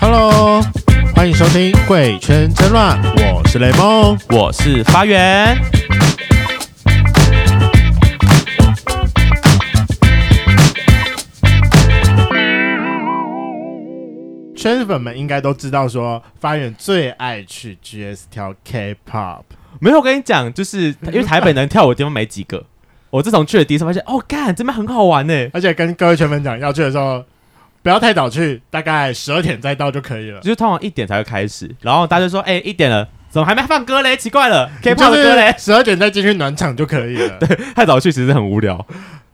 Hello，欢迎收听《贵圈真乱》，我是雷梦。我是发源。圈粉们应该都知道说发源最爱去 GS 跳 K-pop。没有，我跟你讲，就是因为台北能跳舞的地方没几个。 我自从去了第一次，发现哦，干这边很好玩呢。而且跟各位圈粉讲，要去的时候不要太早去，大概十二点再到就可以了。就是通常一点才会开始，然后大家就说，哎、一点了，怎么还没放歌嘞？奇怪了，K-pop 的歌嘞，十二点再进去暖场就可以了。太早去其实很无聊。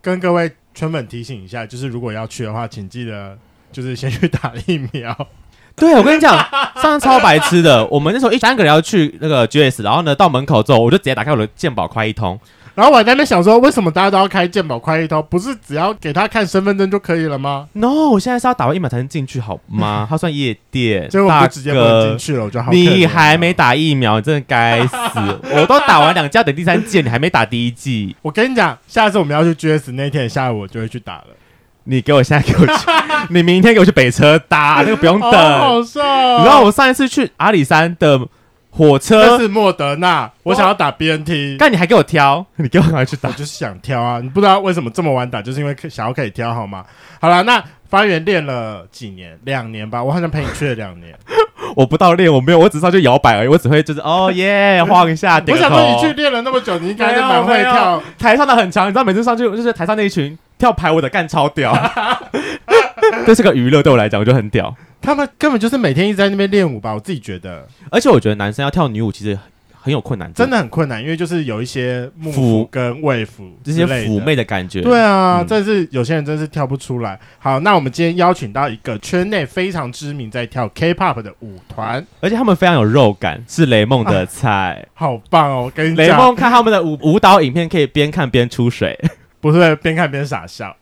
跟各位圈粉提醒一下，就是如果要去的话，请记得就是先去打疫苗。 对，我跟你讲，上次超白痴的。我们那时候一三个人要去那个 GS，然后呢，到门口之后，我就直接打开我的鉴宝快一通。然后我还在那边想说，为什么大家都要开健保快一刀？不是只要给他看身份证就可以了吗？ No，我现在是要打完疫苗才能进去，好吗？它算夜店， 结果我大就直接不能哥进。去了，我就好可怜哦。你还没打疫苗，你真的该死！ 我都打完两剂，要等第三剂，你还没打第一剂，我跟你讲，下次我们要去 GS 那天下午，我就会去打了。你给我现在给我去， 你明天给我去北车打，那个不用等。好笑哦！你知道我上一次去阿里山的火这车，是莫德哦纳，我想要打 BNT，但你还给我挑，你给我赶快去我打。就是想挑啊！你不知道为什么这么晚打，就是因为可想要可以挑好吗？好了，那发源练了几年？两年吧，我好像陪你去了两年。我不到练，我没有，我只是要去摇摆而已，我只会就是哦耶晃一 下，我 点个想头。哎说你去练了那么久，你应该是蛮会没有没跳有。台上的很强，你知道每次上去就是台上那一群跳排舞的干超屌， 这是个娱乐对我来讲，我觉得很屌。他们根本就是每天一直在那边练舞吧，我自己觉得而且我觉得男生要跳女舞其实很有困难，真的很困难，因为就是有一些幕辅府跟卫服这些之类的妩媚的感觉。对啊，嗯但是有些人真是跳不出来。好，那我们今天邀请到一个圈内非常知名在跳 K-pop 的舞团，而且他们非常有肉感，是雷梦啊 的菜。好棒哦！我跟你雷讲，梦看他们的舞舞蹈影片，可以边看边出水。 不是边看边傻 笑。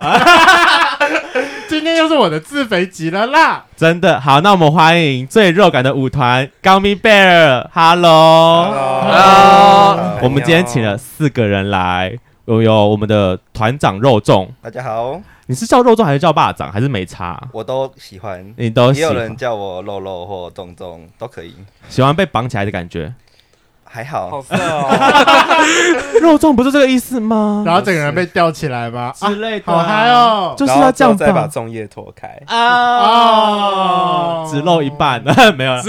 今天又是我的自肥集了啦！真的好，那我们欢迎最肉感的舞团 Gummy Bear，Hello，Hello， Hello 我们今天请了四个人来，有有我们的团长肉粽，大家好，你是叫肉粽还是叫霸掌，还是没差？我都喜欢，你都也喜有欢人叫我肉肉或粽粽都可以，喜欢被绑起来的感觉？还好。色 哦！肉粽不是这个意思吗？然后整个人被吊起来吗？ 啊之，类的、好嗨！哦！就是然后要这样之后再把绑粽叶脱开。啊哦只露一半， 没有了。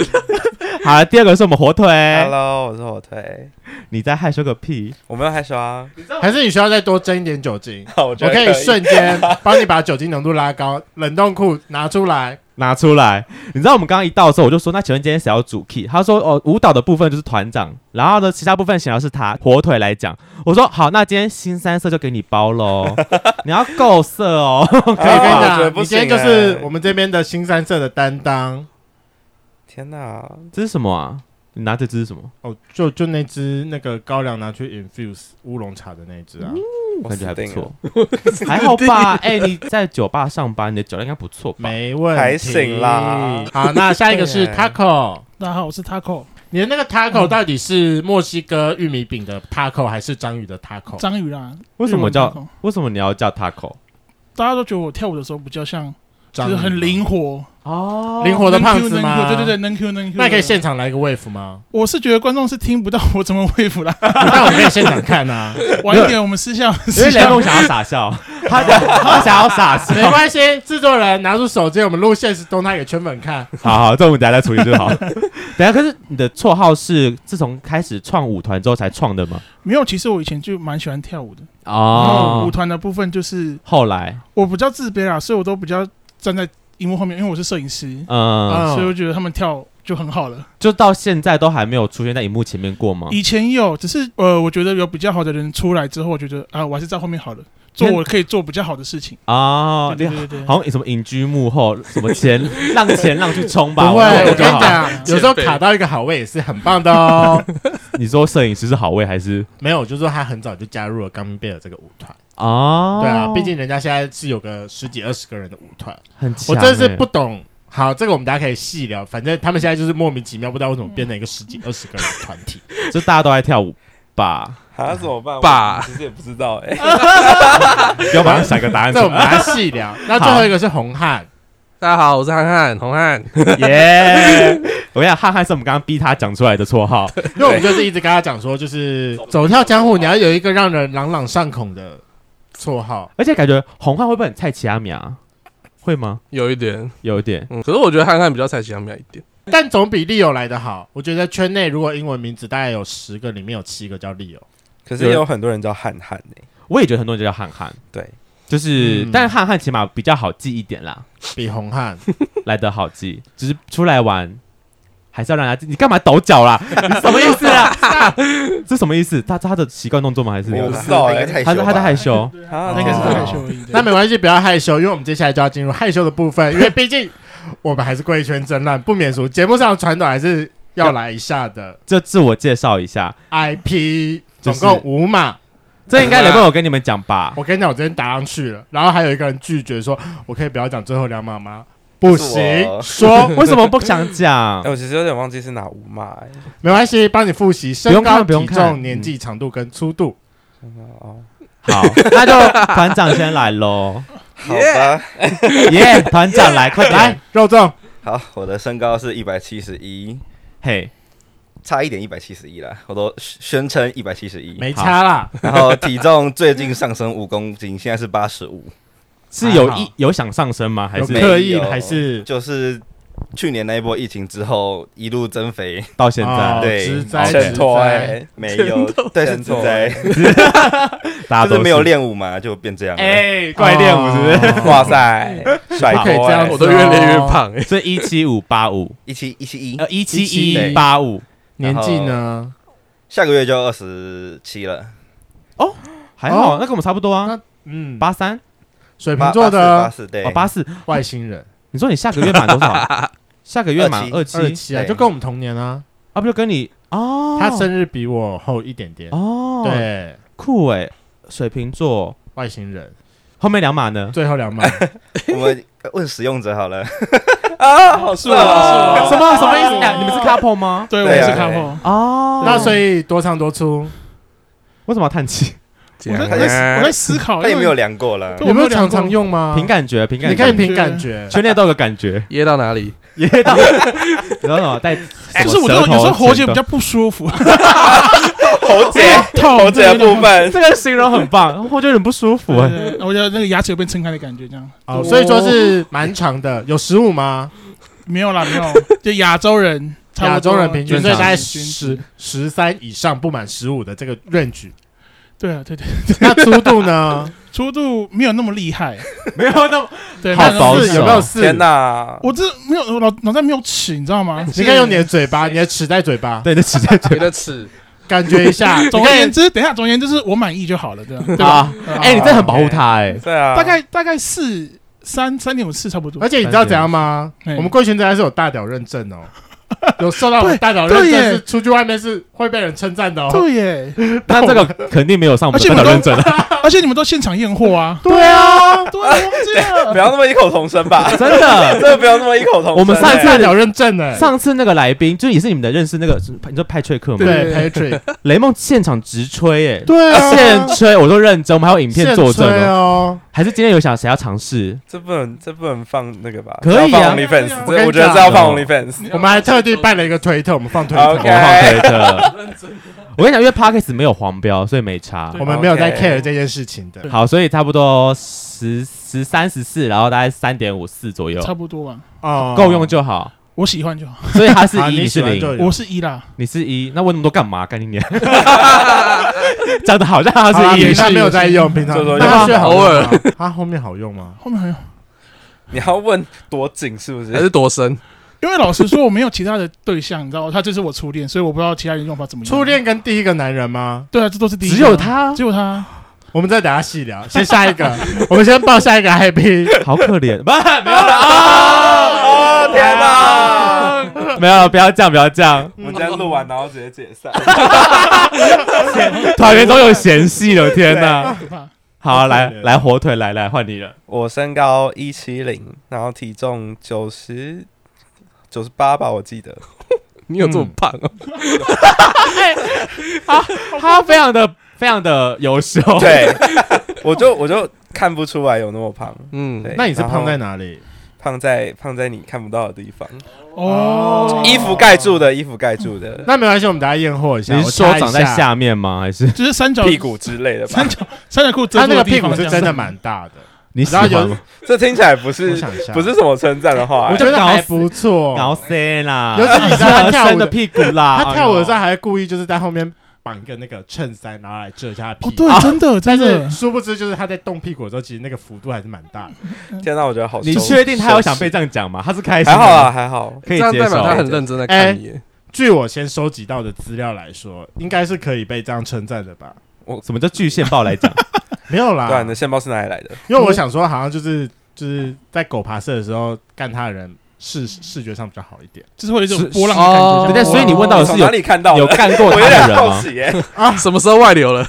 好了，第二个是我们火腿， Hello，我是火腿，你在害羞个屁！我没有害羞啊，还是你需要再多蒸一点酒精，我觉我得可以瞬间 帮你把酒精浓度拉高，冷冻库拿出 来。拿出来，你知道我们刚刚一到的时候，我就说，那请问今天谁要主 key？他说，哦，舞蹈的部分就是团长，然后呢，其他部分显然是他火腿来讲。我说好，那今天新三色就给你包 喽，你要够色哦。可以跟啊你我觉得讲，不你今天行就是欸我们这边的新三社的担当。天哪，这是什么啊？你拿这只是什么？哦，就就那只那个高粱拿去 infuse 乌龙茶的那只啊，我感觉还死不定了错， 还好 吧？哎、你在酒吧上班，你的酒量应该不错吧？没问题，还行哎啦好，那下一个 是对 taco，大家好，我是 Taco 你的那个 taco 到底是墨西哥玉米饼的 taco 还是章鱼的 taco？章鱼啦。为什么叫日文 taco 为什么你要叫 taco？大家都觉得我跳舞的时候比较像，就章鱼是吗很灵活，哦灵活的能 Q 胖子能 Q，吗？对对对，能 Q 能 Q。那你可以，现场来一个 wave 吗？我是觉得观众是听不到我怎么恢 复啦。那我们可以现场看啊，晚一点我们私下因为私雷下梦想要傻笑， 他他想要傻笑没。关系，制作人拿出手机，我们录现实动态给圈粉看。 好好，这我们等一下再处理就好。 等一下，可是你的绰号是自从开始创舞团之后才创的吗？没有。其实我以前就蛮喜欢跳舞的，啊然后舞哦，团的部分就是后来，我比较自卑啦，所以我都比较站在荧幕后面，因为我是摄影师，嗯，嗯所以我觉得他们跳就很好了。就到现在都还没有出现在荧幕前面过吗？啊以前也有，只是呃，我觉得有比较好的人出来之后，我觉得啊，我还是在后面好了，做我可以做比较好的事情。哦，对你对对对。好像什么隐居幕后，什么前浪前浪去冲吧。不会，我我就跟你好。讲，有时候卡到一个好位也是很棒的哦。 你说摄影师是好位还是？没有，我就说他很早就加入了冈贝尔这个舞团。哦，对啊，毕竟人家现在是有个十几二十个人的舞团，很强我欸。真是不懂。好，这个我们大家可以细聊。反正他们现在就是莫名其妙，不知道为什么变成一个十几二十个人的团体。就大家都爱跳舞吧？啊，怎么办？我爸其实也不知道 哎。要马上想一个答案出这我们来。来细聊。那最后一个是红汉，大家好，我是汉汉红汉。 耶！我跟你讲，汉汉是我们刚刚逼他讲出来的绰号，因为我们就是一直跟他讲说，就是走跳江湖，你要有一个让人朗朗上口的绰号。而且感觉红汉会不会很菜奇阿米啊？会吗？ 有一点，有一点，嗯，可是我觉得汉汉比较菜奇他们一点。但总比利友来的好。我觉得圈内如果英文名字大概有十个，里面有七个叫利友。可是也有很多人叫汉汉哎，我也觉得很多人就叫汉汉，对，就是，嗯但汉汉起码比较好记一点啦， 比红汉，来得好记，只是出来玩。还是要让人家，你干嘛抖脚啦？你什么意思啊？ 这什么意思？他他的习惯动作吗？还是我不他知道他应该太哎他羞他在吧害羞？哦啊那个是害羞而已。 那没关系，不要害羞，因为我们接下来就要进入害羞的部分，因为毕 竟我们还是贵圈争乱，不免俗，节目上的传统还是要来一下的。就自我介绍一下， IP 总就是共五码，这应该能够有跟你们讲 吧？我跟你讲，我昨天打上去了，然后还有一个人拒绝说，我可以不要讲最后两码吗？不是哦行，我说为什么不想讲哎，？我其实有点忘记是哪五码哎。没关系，帮你复习不身用看高、不用体看重、年纪、长度跟粗度。哦，好，那就团长先来喽。好吧， 耶，团长来，来快 点！，肉粽，好，我的身高是一百七十一，嘿，差一点一百七十一啦，我都宣称一百七十一，没差啦， 然后体重最近上升五公斤，现在是八十五，是有还好意有想上升吗？还有是没刻意有还是就是去年那一波疫情之后一路增肥，到现哦在对直栽衬直托栽。哎，没有，对，是真自的在，大家 就都是没有练舞嘛，就变这样了。 哎，怪练舞是不是？哦 哇塞，帅不可以脱这样哎子我都越练越胖哎、所以一七五八五，一七一七一，呃，一七171一八五，年纪呢？下个月就二十七了。还好，那跟我们差不多啊，嗯，八三水八瓶座八的啊四对哦，八四。外星人，你说你下个月满多少？下个月满二二七二七啊，对就跟我们同年啊。啊，不就跟你哦，他生日比我后一点点。哦，，对，酷哎，水瓶座外星人后面两码呢？最后两码，哦我们呃问使用者好了，啊，好帅啊！什么什么意思？两你们是 couple 吗？对，我对也啊是看后。哦，那所以多长多粗？为什么要叹气？我啊在这我样，在我在思考，他也没因有为量 过了对。有没有我没有量常过常用吗？凭感觉，凭感哦你觉，可以凭感觉。圈内都有个感觉 噎到哪里？也到， 你知道什么？带就就是哎我觉得有时候喉结比较不舒服，哎喉结，痛哦喉结的部 分，这个形容很棒，我觉得很不舒服哎。对我觉得那个牙齿有被撑开的感觉，这样哦，所以说是蛮长的，有十五吗？没有啦，没有，就亚洲人，差不亚多洲人平均，正所以常大概均十十三以上，不满十五的这个 range。对啊，对对，那粗度呢？粗度没有那么厉害，没有那么对，好没有那么保守四有没有四？天哪！我这没有，我脑脑袋没有齿，你知道吗？你可以用你的嘴巴，你的齿在嘴巴，对，那实在你的齿，感觉一下。总你而可以言之，等一下，总而言之是我满意就好了，对吧？对吧？啊， 哎，你这很保护他哎，对啊，大概大概四三三点五次差不多而。且你知道怎样吗？嗯我们贵圈真的是有大屌认证 哦，有受到对大屌认对证耶是出去外面是会被人称赞的哦。！对耶，那这个肯定没有上我们的而且我班们长认啊证，，而且你们都现场验货啊对啊，对啊，我们这样 不要那么异口同声 吧 真的 真。的不要那么异口同声。我们上一次大屌认证哎，上次那个来宾就也是你们的认识那个，你说派翠克吗？对 Patrick，雷梦现场直吹哎，对啊，现吹我都认真，我们还有影片作证现吹哦。哦。还是今天有想谁要尝试？这不能这不能放那个吧？可以啊这要放 OnlyFans，我跟你这我觉得这要放讲 OnlyFans。我们还特地办了一个推特，我们放推我特 OK 放推 特。我跟你讲，因为 Parkes 没有黄标，所以没差。我们没有在 OK care 这件事情的。好，所以差不多十十三十四，然后大概三点五四左右，差不多吧，哦够用就好。我喜欢就好。 所以他是啊一，你你喜是欢就零，有我是一啦，你是一，那问那么多干嘛？干你 娘！讲的好像他好啦是平一也样，常没有在用，平常做做那他用最好用偶尔吗，他后面好用吗？后面还有，你要问多紧是不 还是？是多深？因为老实说我没有其他的对象，你知道吗，他这是我初恋，所以我不知道其他人用法怎么样。初恋跟第一个男人吗？对啊，这都是第一个，只有，他，只有他，我们再等下细聊， 先下一个，我们先报下一个 happy。好 可怜。不，没有 哦天哪！没有，不要这样，不要这样，我们今天录完然后直接解散。团员都有嫌隙了，天哪！可怕好，来来火腿，来来换你了。我身高一七零，然后体重九十九十八吧，我记得。你有这么胖哦、他非常的非常的优秀。， 对，我就我就看不出来有那么胖。嗯，对，那你是然后胖在哪里？胖在胖在你看不到的地方，哦，衣服盖住的，衣服盖住的，那没关系，我们等下验货一下。你是我手查一掌在，下面吗？还是就是三角屁股之类的吧三。角三角裤遮他住那的个地屁方股这是样真的蛮大的。你喜然后欢有吗？ 这听起来不 是我想一下，不是什么称赞的话、我欸觉得搞还死不错。搞塞啦！尤其你知道他跳舞的生的屁股 啦，他跳舞的时哎候呦还故意就是在后面绑一个那个衬衫，然后来遮一下他哦屁，股。对，真的但真是的，殊不知，就是他在动屁股的时候，其实那个幅度还是蛮大的。天哪，我觉得好羞。你确定他有想被羞这样讲吗？他是开耻？心 还的吗，好啊，还好。可以这样接代受表。他很认真在哎看你耶。据我先收集到的资料来说，应该是可以被这样称赞的吧？什么叫巨线报来讲？没有啦对啊，，你的线报是哪里来的？因为我想说，好像就是就是在狗爬式的时候干他的人视视觉上比较好一点就是会有一种是波浪的感哦觉。对但所以你问到我底是从有哪里 看到有的？干过 我他有点的人好吗？奇耶、啊。什么时候外流了？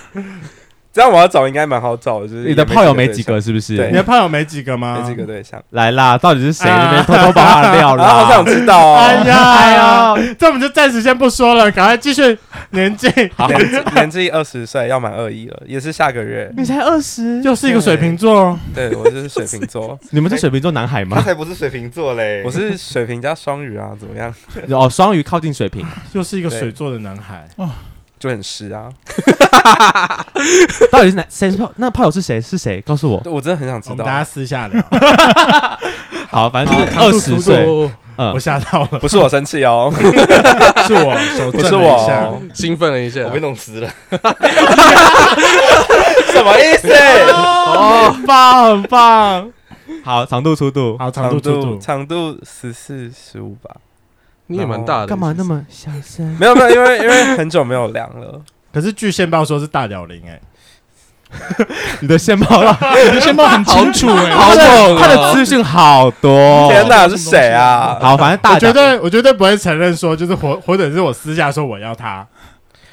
这样我要找应该蛮好找的，就是你的炮友没几个个是不是？对你的炮友没几个啊对象，吗？没几个对象。来啦，到底是谁那边偷偷把他的料然后好啦想？知道哦， 哎呀，哎呀哎，这我们就暂时先不说了，赶快继续年纪， 年纪年纪二十岁，要满二一了，也是下个月。你才 二十，又是一个水瓶座，对我就是水瓶座，你们是水瓶座男孩他吗？才不是水瓶座嘞，我是水瓶加双鱼啊，怎么样？哦，双鱼靠近水瓶，又是一个对水做的男孩。就很湿啊。到底是哪谁是炮？那炮友是谁？是谁？告诉我。我真的很想知我们道大，家私下聊，好，反啊正就是好二十岁，哦嗯 我，吓到了，不是我生气哦，是 我手不震是了我一下。哦，兴奋了一下我。被弄湿了。什么意思？哦，很棒，很哦棒。好，长度、粗度，好，长长度粗度度，长度十四十五吧，你也蛮大的，干嘛其那实？么小声？ 没有没有，因为因为很久没有量了，可是据线报说是大屌零哎，你的线报了，你的线报很清楚哎，好猛他的啊！资讯好多。天哪，是谁啊？好，反正大我绝家对我绝对不会承认说就是 或或者是我私下说我要他，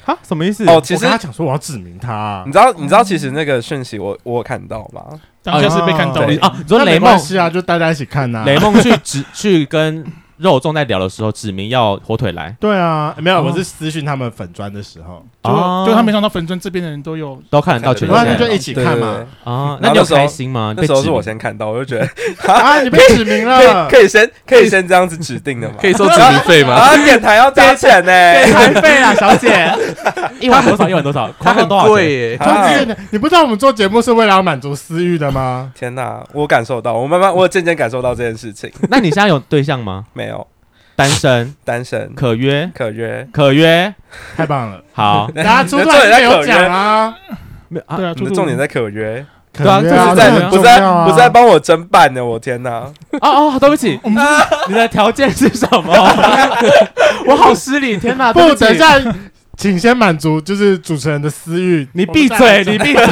啊，什么意思？哦，其我实跟他讲说我要指明他啊你，知道你知道，其实那个讯息我我有看到吗？当下是被看到对的。啊，你说那雷没梦关，系啊，就大家一起看呐。雷梦去指去跟肉粽在聊的时候，指明要火腿来，对啊，没有，哦我是私讯他们粉砖的时候，就哦就他没想到粉砖这边的人都有，都看得到全然后他家们对就人一起看嘛。啊。那然后你有那时候开心吗？对对对那时候是我被指先看到，我就觉得啊，你被指名 可了以，可以先可以先这样子指定的嘛可。以收指名费 吗？啊，点台要加钱呢，残废啊，小姐。 明，一碗多少？一碗多少？它花很了多少钱？贵耶，同时间你不知道我们做节目是为了要满足私欲的吗？ 天哪，我感受到，我慢慢我渐渐感受到这件事情，那你现在有对象吗？没有单身，单身可约，可约，可约。太棒 了，好，大家出你的来重点在没有可讲啊？没有啊对啊，你就的重点在可约，可对啊约这啊是不这是在很不是重在要啊不是在帮我争办的，我天哪！哦哦，对不起，你的条件是什么？我好失礼，天哪！对不，起等一，下，请先满足就是主持人的私欲。你闭嘴，你 闭嘴，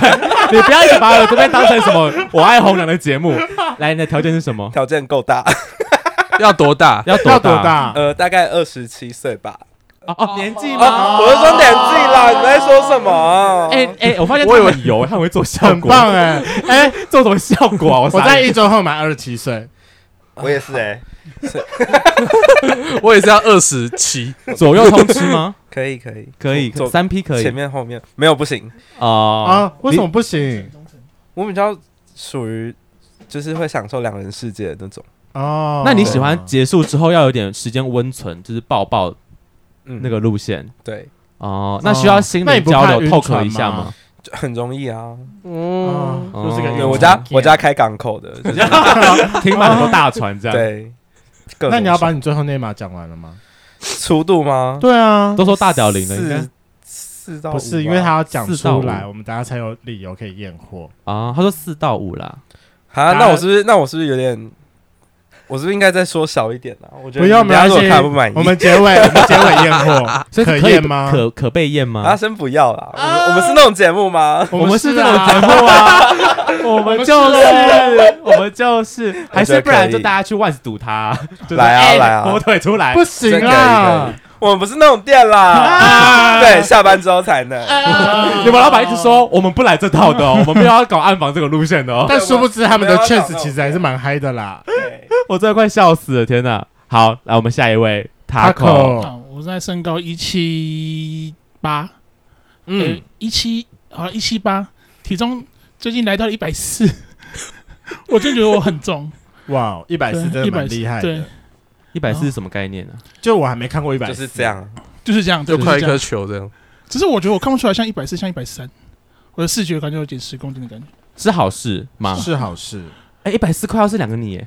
你不要一直把我这边当成什么我爱红娘的节 目。来，你的条件是什 么？条件够大，要多大？要要多多？大？呃，大概二十七岁吧。哦哦，年纪吗？啊，我是说年纪啦，你在说什么？哎哎，我发现我以他为很油，他很会做效果，很棒哎哎！做什么效果啊？我我傻在眼一周后满二十七岁，我也是哎，我也是要二十七，左右通吃吗？可以可以， 可以，左三 P 可前以面后面没有不行，哦啊？为什么不行？我比较属于就是会享受两人世界的那种。哦，那你喜欢结束之后要有点时间温存，就是抱抱嗯，那个路线对，哦？那需要心那你灵不交怕流晕 talk 船一下吗吗？就很容易啊。嗯哦？就是个嗯因为有我家我家开港 口的，就是停满很多大船这样，对。各种那你要把你最后那一码讲完了吗？粗度吗？对啊，都说大屌零了，应该四四到不五是吧啊因为他要讲四到出五来，我们大家才有理由可以验货。啊，他说四到五啦，啊，打那我是不是那我是不是有点，我是不是应该再缩小一点啊？我觉得不用，你没们大关家如果系看不满意，，我们结尾我们结尾验货哎 所以是可以验吗？可可被验啊吗？先不要啦。我们我们是那种节目吗？我们是是这种啊节 目啊，我们就是我们就是， 还我是觉得不然可以就大家去万死堵他，就是来啊哎来啊火腿出来不，行真可以啊！我们不是那种店啦。对，下班之后才能。啊啊你们老板一直说我们不来这套的 哦，我们没有要搞暗房这个路线 的 哦，但殊不知他们的我没有要找 chance 其实还是蛮嗨的 啦。对我真的快笑死了，天哪！好，来我们下一位啊 Taco， Taco，啊，我现在身高一七八，嗯嗯，一七好像一七八，体重最近来到了一百四， 我真觉得我很重， 哇，一百四真的蛮厉害对的，一百四是什么概念呢、就我还没看过一百，就是这。样。就是这样，就对快就是一。这颗样球这样，只是我觉得我看不出来像一百四，像一百三，我的视觉感觉有减十公斤的感觉。是好事吗？是好事，哎，一百四快要是两个你 耶，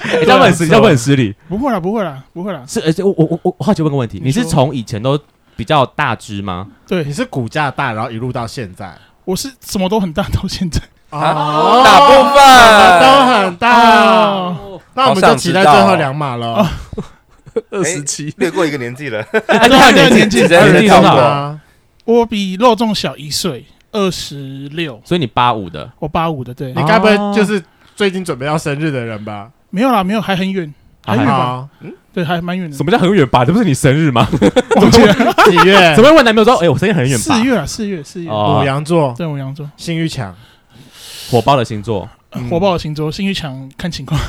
哎这样问失，这样问失礼。不会啦，不会啦，不会啦。是，而且我我我我我好奇问个问题，你你是说从以前都比较大只吗？对你，是骨架大，然后一路到现在，我是什么都很大到现在。啊哦啊大部都分很啊大。哦那我们就期待最后两码了。二十七，略过一个年纪了，哎对啊，对年年纪纪年真的纪差多不多少？啊，我比肉粽小一岁，二十六，所以你八五的，我八五的，对你，啊该不会就是最近准备要生日的人吧？没有啦，没有，还很远，还还远吧？好，对，还蛮远的哎什。么叫很远吧？这不是你生日 吗？忘记了几月怎？么会问男朋友说，哎，我生日很远吧？四月啊，四月，四月。哦母，羊座，对，我羊座，性欲强，火爆的星 座，火爆的星座，性欲强，看情况。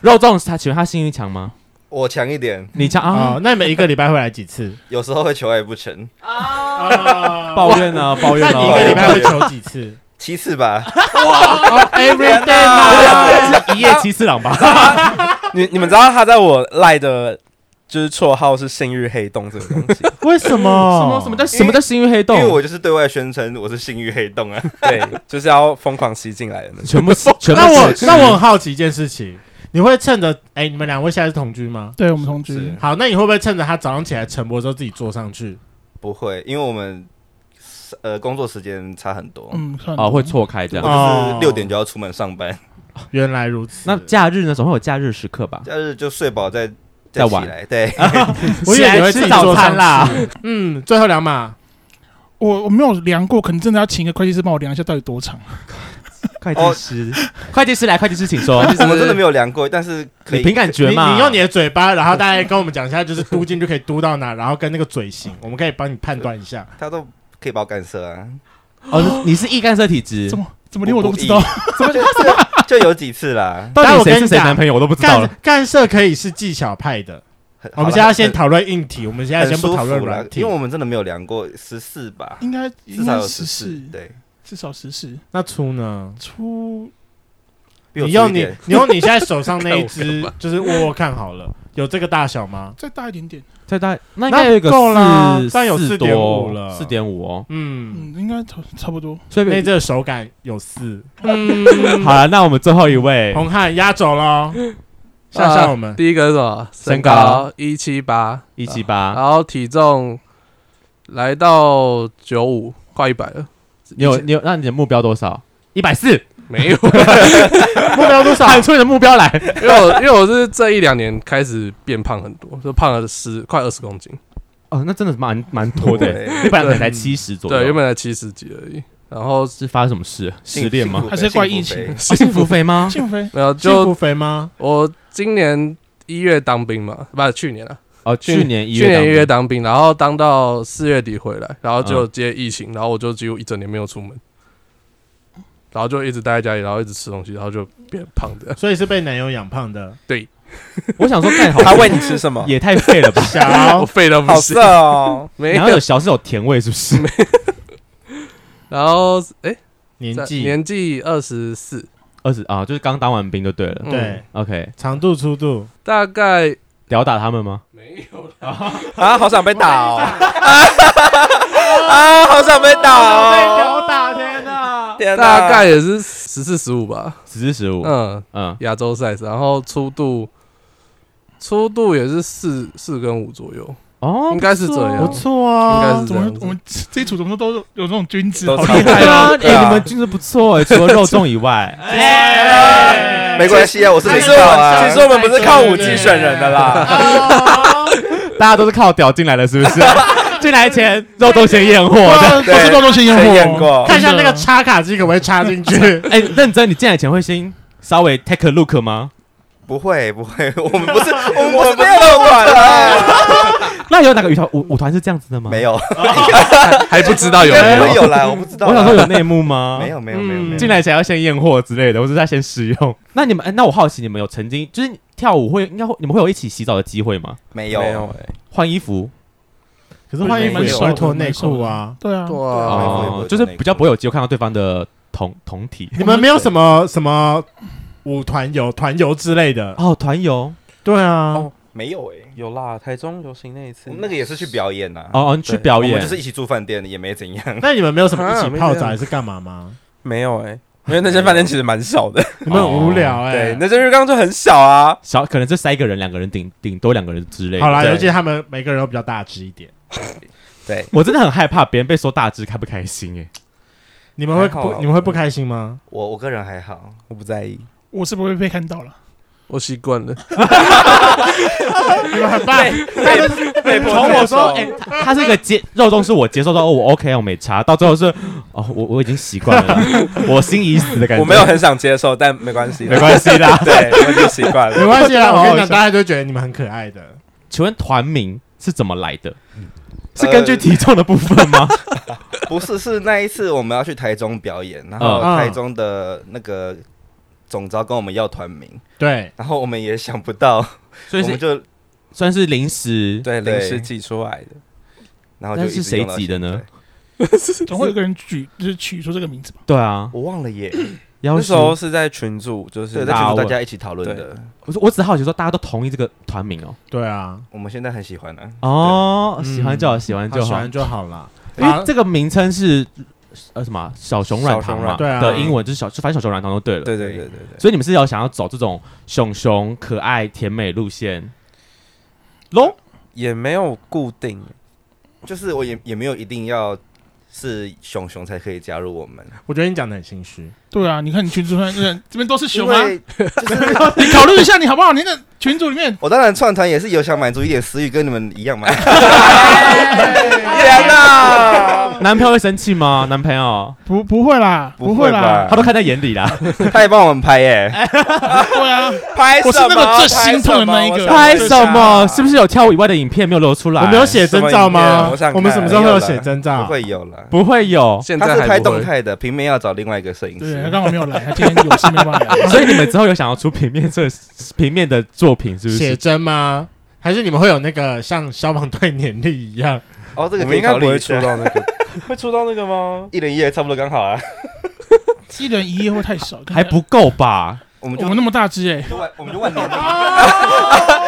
肉粽他请问他性欲强吗？我强一点，你强啊哦？，那你们一个礼拜会来几次？有时候会求爱不成，抱抱怨啊，抱怨那啊！你一个礼拜会求几次七次吧。哦？Every day 啊吗？一夜七次郎吧？ 你你们知道他在我赖的，就是绰号是“性欲黑洞”这个东西。为什么？什么什么叫什么叫心欲黑 因洞？为我就是对外宣称我是性欲黑洞啊， 对，就是要疯狂吸进来的那种。全部是哎全部那我是那我很好奇一件事情，你会趁着哎，你们两位现在是同居吗？对我们同居是，好，那你会不会趁着他早上起来晨勃之后自己坐上去？不会，因为我们呃工作时间差很多，嗯，算哦会错开这我样。就哦是六点就要出门上班，原来如此。那假日呢？总会有假日时刻吧？假日就睡饱再再再起玩来， 对，哦我以为你会自己做上去起来吃早餐啦。嗯，最后两码，嗯我我没有量过，可能真的要请一个会计师帮我量一下到底多长。会计师，会计师哦来，会计师请说。我们真的没有量过，但是可你以凭感觉你嘛？你用你的嘴巴，然后大概跟我们讲一下，就是嘟进去可以嘟到哪，然后跟那个嘴 型，我们可以帮你判断一下。他都可以把我干射啊，哦，你是易干涉体质怎，么怎么连我都不知道我？ 不意，就 就就有几次啦。到但底我跟谁你是谁讲男朋友我都不知道干了。干涉可以是技巧派的，很我们现在先讨论硬体，我们现在很先不舒讨论服啦软，体因为。我们真的没有量过十四吧，应该至应少该有十十四四，，对，至少十四。那粗呢？出比我你粗用一你点你用你现在手上 那一看我只干，就是握握看好了，有这个大小吗？再大一点点，对，大那应该有一个够啦四但有4.5四多了四点五哦。嗯，嗯，应该差差不多。所那以这个手感有四。好了，那我们最后一位，红汉压轴喽，吓吓我们。第一个是什么？身身高高一七八，一七八，然后体重来到九五，快一百了。你有你有，那你的目标多少？一百四，没有？目标多少？喊 出你的目标来。 因为我因为我是这一两年开始变胖很多，就胖了十快二十公斤。哦，那真的是蛮蛮多的，对你本来可能才七十左右。对，原本才七十几而已。然后是发生什么事？失恋吗？还是怪疫？幸情幸 哦幸福福呗幸福呗肥吗？幸飞，没有，幸福就肥吗？我今年一月当兵嘛，不是去年啊，哦，去年一去月年当一中，月当兵，然后当到四月底回来，然后就接疫情，然后我就几乎一整年没有出门，然后就一直待在家里，然后一直吃东西，然后就变胖的。所以是被男友养胖的。我想说盖好，他喂你吃 什么？也太废了吧？我小废到不好行色，哦！没然后有有。小是有甜味，是不是？然后哎，年在纪，年纪二十四，二十啊，就是刚当完兵就对了。嗯对， OK，长度粗度，大概屌打他们吗？ 啊，好想被打 哦！啊，好想被打哦！打天哪！天哪大概也是十四十五吧，十至十五，嗯，嗯，亚洲 size，然后粗度。粗度也是四四跟五左右，哦，应该是这不样，错应该啊是，怎这么样我子。们这一组怎么都有有这种君子？都好差厉不多害对哦！啊，对啊哎，你们军事不错哎，除了肉粽以外，哎没关系啊，我是其领实 其实导我啊们，其实我们不是靠武器选人的啦， 大家都是靠屌进来的，是不 是？进来前肉粽先验货 的。？都是高中先谁验演货，哦过？看一下那个插卡机可不可以插进去哎，认真，你进来前会先稍微 take a look 吗？ 不会不会，我们不 是我们不是没有管啦，那有哪个舞团舞舞团是这样子的吗？没，有，还不知道有没不会有。有啦，我不知道啦，我想说有内幕吗？ 没有没有没有没有，进来前要先验货之类的，或者是要先使用。 那你们，哎那我好奇，你们有曾经就是跳舞会，应该会你们会有一起洗澡的机会吗？没没有有，哎，换衣服？可是换衣服也会脱内裤啊。对啊，对啊啊，哦，就是比较不会有机会看到对方的同同体。你们没有什么什么舞团游、团游之类的？哦，团游对啊，哦没有哎，有啦，台中游行那一次，那个也是去表演呐。哦，哦你去表啊我演们就是一起住饭店，也没怎样。那你们没有什么一啊起没泡这澡样还是干嘛吗？没有哎、因为那间饭店其实蛮小的，你们很无聊哎、对，那间浴缸就很小啊。小，可能就塞一个人、两个人顶顶多两个人之类的。好啦，对尤其他们每个人都比较大只一点，对，我真的很害怕别人被说大只开不开心哎、你们会还好啊不你们会不开心 吗？我我个人还好，我不在意，我是不会被看到了。我习惯了。你们很棒，被迫从我接受说，哎、他他是一个接肉粽，是我接受到，哦我 OK，我没差。到最后是，哦，我我已经习惯了，我心已死的感觉。我没有很想接受，但没关系，没关系啦。 对，我已经习惯没了。关系啦。我跟你好好讲，笑大家就觉得你们很可爱的。请问团名是怎么来的？是根据体重的部分吗？不是是那一次我们要去台中表演，然后嗯台中的那个总招跟我们要团名，对，然后我们也想不到，所我以们是就算是临时对，对临时挤出来的，然后那就是一直用到谁挤的呢现在？总会有个人举，就是取出这个名字吧。对啊。我忘了耶，然后那时候是在群组，就对，是大在群家组大问家一起讨论的，我说我只好奇说大家都同意这个团名哦。对啊，我们现在很喜欢啊呢。哦，对喜欢就好，喜欢好就喜好。欢就好啦。因为啊，这个名称是呃什么啊小熊软糖嘛小熊软对啊的英文就是小，就反正小熊软糖就对了。对对对对对，所以你们是要想要走这种熊熊可爱甜美路 线咯？也没有固定，就是我也也没有一定要是熊熊才可以加入我们，我觉得你讲的很心虚。对啊，你看你群主上这边都是因熊啊，为就是你考虑一下你好不好？你那个群组里面我当然创团也是有想满足一点私欲，跟你们一样嘛。天 哪，男朋友会生气吗？男朋 友不不会啦，不会会啦吧，他都看在眼里啦。他也帮我们拍耶，对啊，拍我是什那么？个最心痛的那一个拍拍什么？是不是有跳舞以外的影片没有流出来？我们有写真照什么影吗片我想？看我们什么时候会有写真照不？会有了。不会 有，现他在是拍还不动会。态的，平面要找另外一个摄影对，他师。刚好没有来，他今天有事没办法 来。所以你们之后有想要出平面这平面的作品是不写是？真吗？还是你们会有那个像消防队年历一样？哦，这个我们可以应该考不虑会一出下。到那 个，会出到那个吗？一人一夜差不多刚好啊。一人一夜会太少，还不够吧？我们我就们那么大只哎，就万我们就万年历。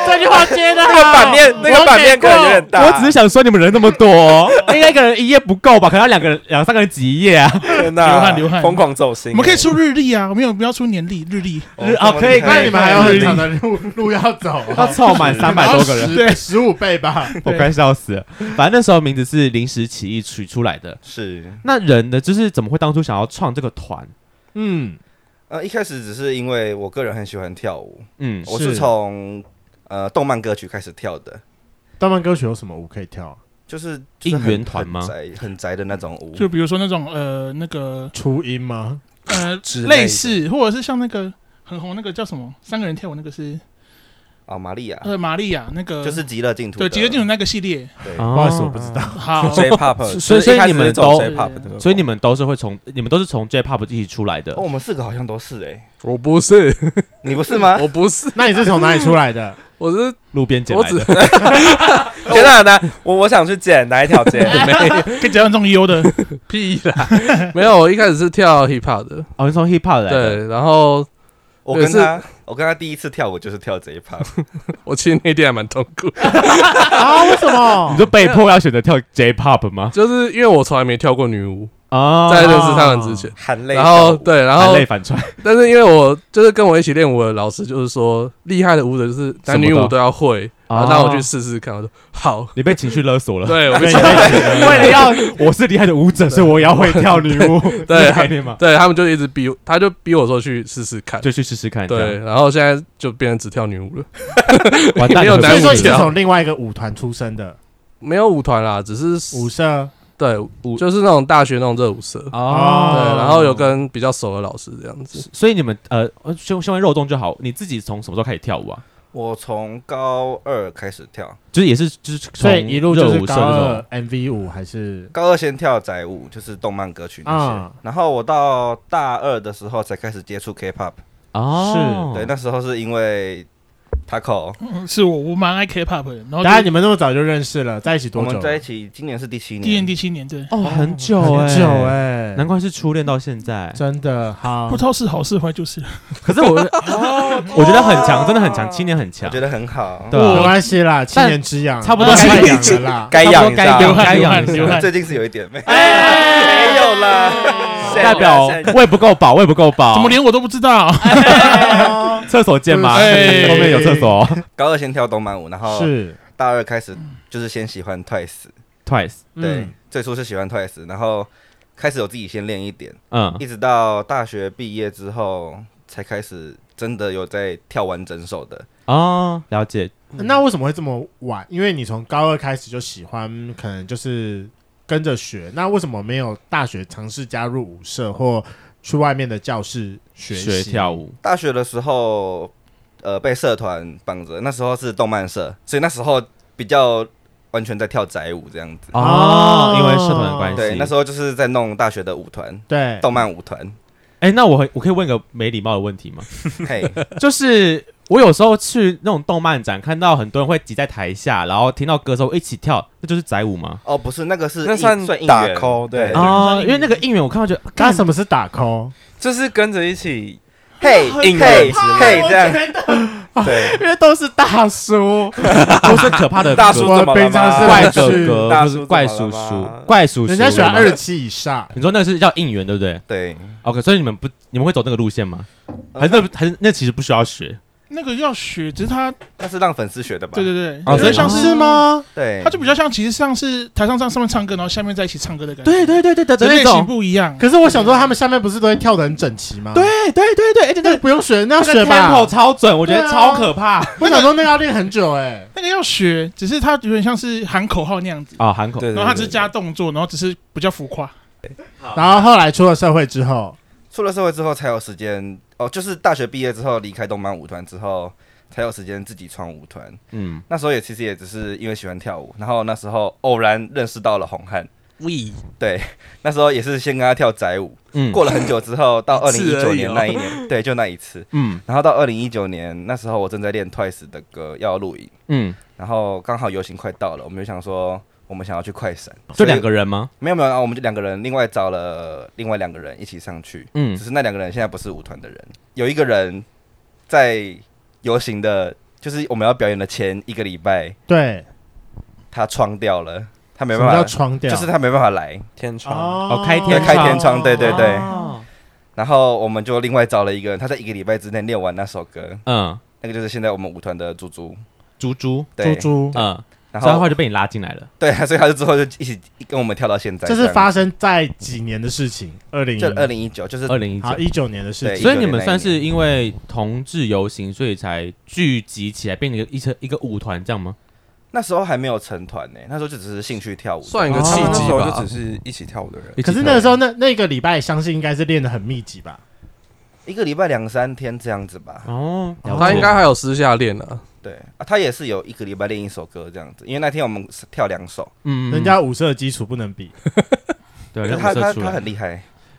这句话接的那个版面，那个版面可能有点大。我只是想说你们人那么多， 应该一个人一夜不够吧？可能要两个人、两三个人挤一夜啊。天哪流汗流汗疯狂走心。我们可以出日历啊，我们有不要出年历，日历日啊可以那可以你们还有很长的路路要走哦，要凑满 三百多个人，人，十五倍吧？ 我快笑死了。反正那时候名字是临时起意取出来的。是，那人呢，就是怎么会当初想要创这个团？嗯，呃，一开始只是因为我个人很喜欢跳舞，嗯，我是是从呃动漫歌曲开始跳的，动漫歌曲有什么舞可以跳啊？就是就是很应援团吗很宅很宅的那种舞，就比如说那种呃那个初音吗？呃之类的类似，或者是像那个很红那个叫什么三个人跳舞那个是哦，玛利亚呃玛利亚那个就是极乐净土的，对极乐净土那个系列，对不不好意思，我不知道。好 J-pop，所以就是一开所以你始们是走都 J-pop 的，所以你们都是会从你们都是从 J-pop 一起出来的哦，。我们四个好像都是哎，我不是，你不是吗？我不是，那你是从哪里出来的？我是路边捡我来只的， 觉得很难。我我想去剪哪一条街？跟蒋万中优的 屁啦， 没有。我一开始是跳 hip hop 的，哦，你从 hip hop 来的。对，然后我跟对他，我跟他第一次跳舞就是跳这一趴，我其实那天还蛮痛苦， 啊？为什你么？就被迫要选择跳 J-pop 吗？就是因为我从来没跳过女舞，哦，在认识他们之前，含泪然跳后舞。对，然含后泪反串，但是因为我就是跟我一起练舞的老师，就是说厉害的舞者就是男女舞都要会，然后让我去哦试试看。我说好，你被情绪勒索了。对，我就对为了要我是厉害的舞者，所以我也要会跳女舞，对这个概念吗？对他们就一直逼我，他就逼我说去试试看。就去试试看。对，，然后现在就变成只跳女舞了，完蛋了没有 所男以舞说你是跳，从另外一个舞团出身的没有舞团啦，只是舞社对舞就是那种大学那种热舞社，对，哦然后有跟比较熟的老师这样子。所以你们呃，呃先先问肉粽就好，你自己从什么时候开始跳舞啊？我从高二开始跳，就是也是就是从所以一路热就是舞社高那二种， MV 舞还是高二先跳宅舞，就是动漫歌曲那些。啊然后我到大二的时候才开始接触 K-pop，、哦，对，那时候是因为 Taco，嗯是我，我蛮爱 K-pop 的。哦然后当然你们那么早就认识了，在一起我多久们了？在一起今年是第七第一年年，第七年，对，哦，很久很哎，久哎、难怪是初恋到现在。真的好不。知道是好是坏，就是了可是我， 我觉得很强，真的很强，七年很强我，觉得很好，对没啊，关系啦，七年之痒，差不多该七年养之了啦。该差不养多一该下。养流汗该流养汗一下流汗最近是有一点没，哎 没有啦，代表胃不够饱，胃不够饱。怎么连我都不知道？ 厕所见吗？哎后面有厕所。高二先跳动漫舞，然后是，大二开始就是先喜欢 Twice， Twice，对嗯，，最初是喜欢 Twice，然后开始有自己先练一点，啊嗯，一直到大学毕业之后才开始真的有在跳完整首的。哦，了解。那为什么会这么晚？因为你从高二开始就喜欢，可能就是跟着学。那为什么没有大学尝试加入舞社或去外面的教室学学习？跳舞，大学的时候，呃，被社团绑着，那时候是动漫社，所以那时候比较完全在跳宅舞这样子。哦，因为社团的关对，那系。时候就是在弄大学的舞团，对，动漫舞团。哎，那我我可以问个没礼貌的问题吗？ 嘿，就是我有时候去那种动漫展，看到很多人会挤在台下，然后听到歌的时候一起跳，那就是宅舞吗？哦，不是，那个是那应算算应打援 call，对对。哦，因为那个应援我看到就那什么是打 call？就是跟着一起嘿，哦应嘿，援之类的嘿，这 样，对，因为都是大叔， 都是可怕的大叔哥怎我么了吗平常是怪会哥去，哥，大就叔是怪怎叔么了叔吗，怪叔叔。人家喜欢对二吗十七以上。你说那个是叫应援对不对对， ？OK，所以你们不，你们会走那个路线吗？呃还是那还是那其实不需要学那个要学，只是他，那是让粉丝学的吧？对对对，哦有所以点像是？吗？对，他就比较像，其实像是台上上上面唱歌，然后下面在一起唱歌的感觉。对对对对对这对，类那型种不一样。可是我想说，他们下面不是都会跳得很整齐吗？，对对对哎对，而且那那个不用学，那要那学个 tempo 吧。超准，我觉对得啊超可怕我想说，那个要练很久哎。那个要学，只是他有点像是喊口号那样子，啊！韩口对，对然后他对只是加动作，然后只是比较浮夸。然后后来出了社会之后，出了社会之后才有时间哦，就是大学毕业之后离开动漫舞团之后，才有时间自己创舞团。嗯，那时候也其实也只是因为喜欢跳舞，然后那时候偶然认识到了红汉，喂，对，那时候也是先跟他跳宅舞，嗯过了很久之后，到二一零一次九而已年哦那一年，对，就那一次。嗯然后到二零一九年，那时候我正在练 Twice 的歌要录影，嗯，然后刚好游行快到了，我们就想说我们想要去快闪，就两个人，人吗？没有没有，啊然后我们就两个人，另外找了另外两个人一起上去，嗯只是那两个人现在不是舞团的人，有一个人在游行的，就是我们要表演的前一个礼拜，对，他窗掉了，他没什办么叫法，窗掉？就是他没办法来，天窗，哦哦开天开天窗对对对哦然后我们就另外找了一个人，他在一个礼拜之内练完那首歌，嗯，那个就是现在我们舞团的猪猪，猪猪，猪对，猪，嗯，然所以他后后来就被你拉进来了。对，所以他就之后就一起跟我们跳到现在，这这是样发生在几年的事情？二零就二零一九，就是二零一九好，一九年的事对情。所以你们算是因为同志游行，所以才聚集起来，变成一个一车一个舞团这样吗？那时候还没有成团呢，那时候就只是兴趣跳舞，算一个哦契他们那机时候吧就只。是一起跳舞的人，一起可是跳那个时候，那那个礼拜，相信应该是练得很密集吧？一个礼拜两三天这样子吧。哦，了解他应该还有私下练呢，对啊，他也是有一个礼拜练一首歌这样子，因为那天我们是跳两首，嗯，嗯人家舞社的基础不能比。对，可人是家他舞社他出他来很。厉害。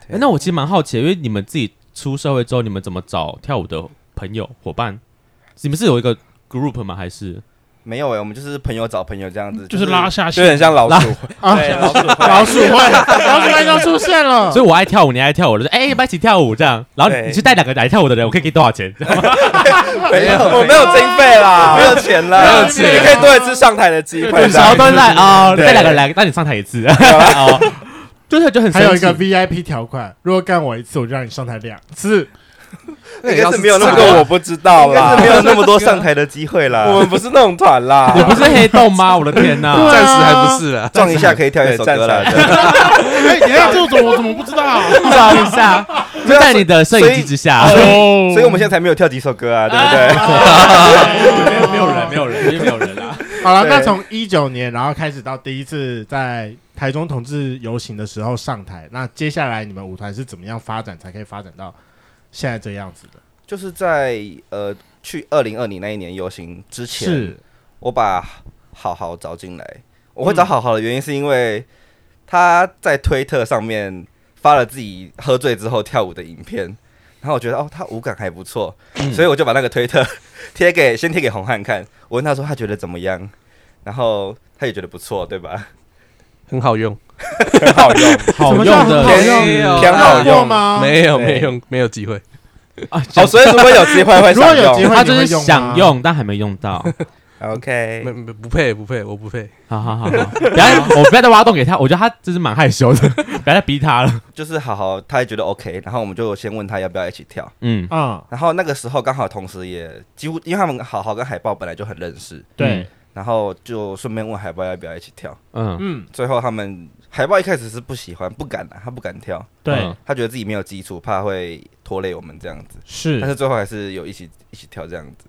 哎那我其实蛮好奇，因为你们自己出社会之后，你们怎么找跳舞的朋友伙伴？你们是有一个 group 吗？还是没有哎、我们就是朋友找朋友这样子，就是拉下就线，有点像老鼠，啊 对老鼠会 老鼠会，老鼠会都出现 了。所以我爱跳舞，你爱跳舞，就是哎，要不要一起跳舞这样。然后你对你去带两个来跳舞的人，我可以给你多少钱？啊没有我没有经费啦， 没有钱啦，没有钱，你可以多一次上台的机会，然后都是来哦，对带两个人来，那你上台一次。哦，就是就很神还奇有一个 VIP 条款，如果干我一次，我就让你上台两次。应该是没有那那个个我不知道应该啦是，没有那么多上台的机会 我啦。们不是那种团啦 你，不是黑洞吗？我的天对哪！暂时还不是啦。撞一下可以跳一首歌啦，对对 哎，等一下这种我怎么不知道？啊撞一下，就在你的摄影机之下。哦所以我们现在才没有跳几首歌啊，对不对？ 没呃有没有人，没有人，因为没有人啦。 好了，对那从一九年，然后开始到第一次在台中同志游行的时候上台，那接下来你们舞团是怎么样发展，才可以发展到现在这样子的？就是在呃去二零二零那一年游行之前，是我把好好找进来。我嗯会找好好的原因是因为他在推特上面发了自己嗯喝醉之后跳舞的影片，然后我觉得哦他舞感还不错，所以我就把那个推特贴给先贴给红汉看，我问他说他觉得怎么样，然后他也觉得不错，对吧？很好用，很好 用，好用的偏没有偏好过用？吗？没有对没用没有机会，啊，哦，所以如果有机会会如果想有机用。会，他就是你会吗想。用，但还没用到。 OK，没没不配不配，我不配。好好好，好不要我不要再挖洞给他，我觉得他就是蛮害羞 的，不要再逼他了。就是好好，他也觉得 OK，然后我们就先问他要不要一起跳。嗯，嗯，然后那个时候刚好同时也几乎，因为他们好好跟海豹本来就很认识，对，然后就顺便问海豹要不要一起跳。嗯，嗯，最后他们海豹一开始是不喜欢，不敢啊，他不敢跳，对嗯，他觉得自己没有基础，怕会拖累我们这样子。但是是最后还是有一起一起跳这样子。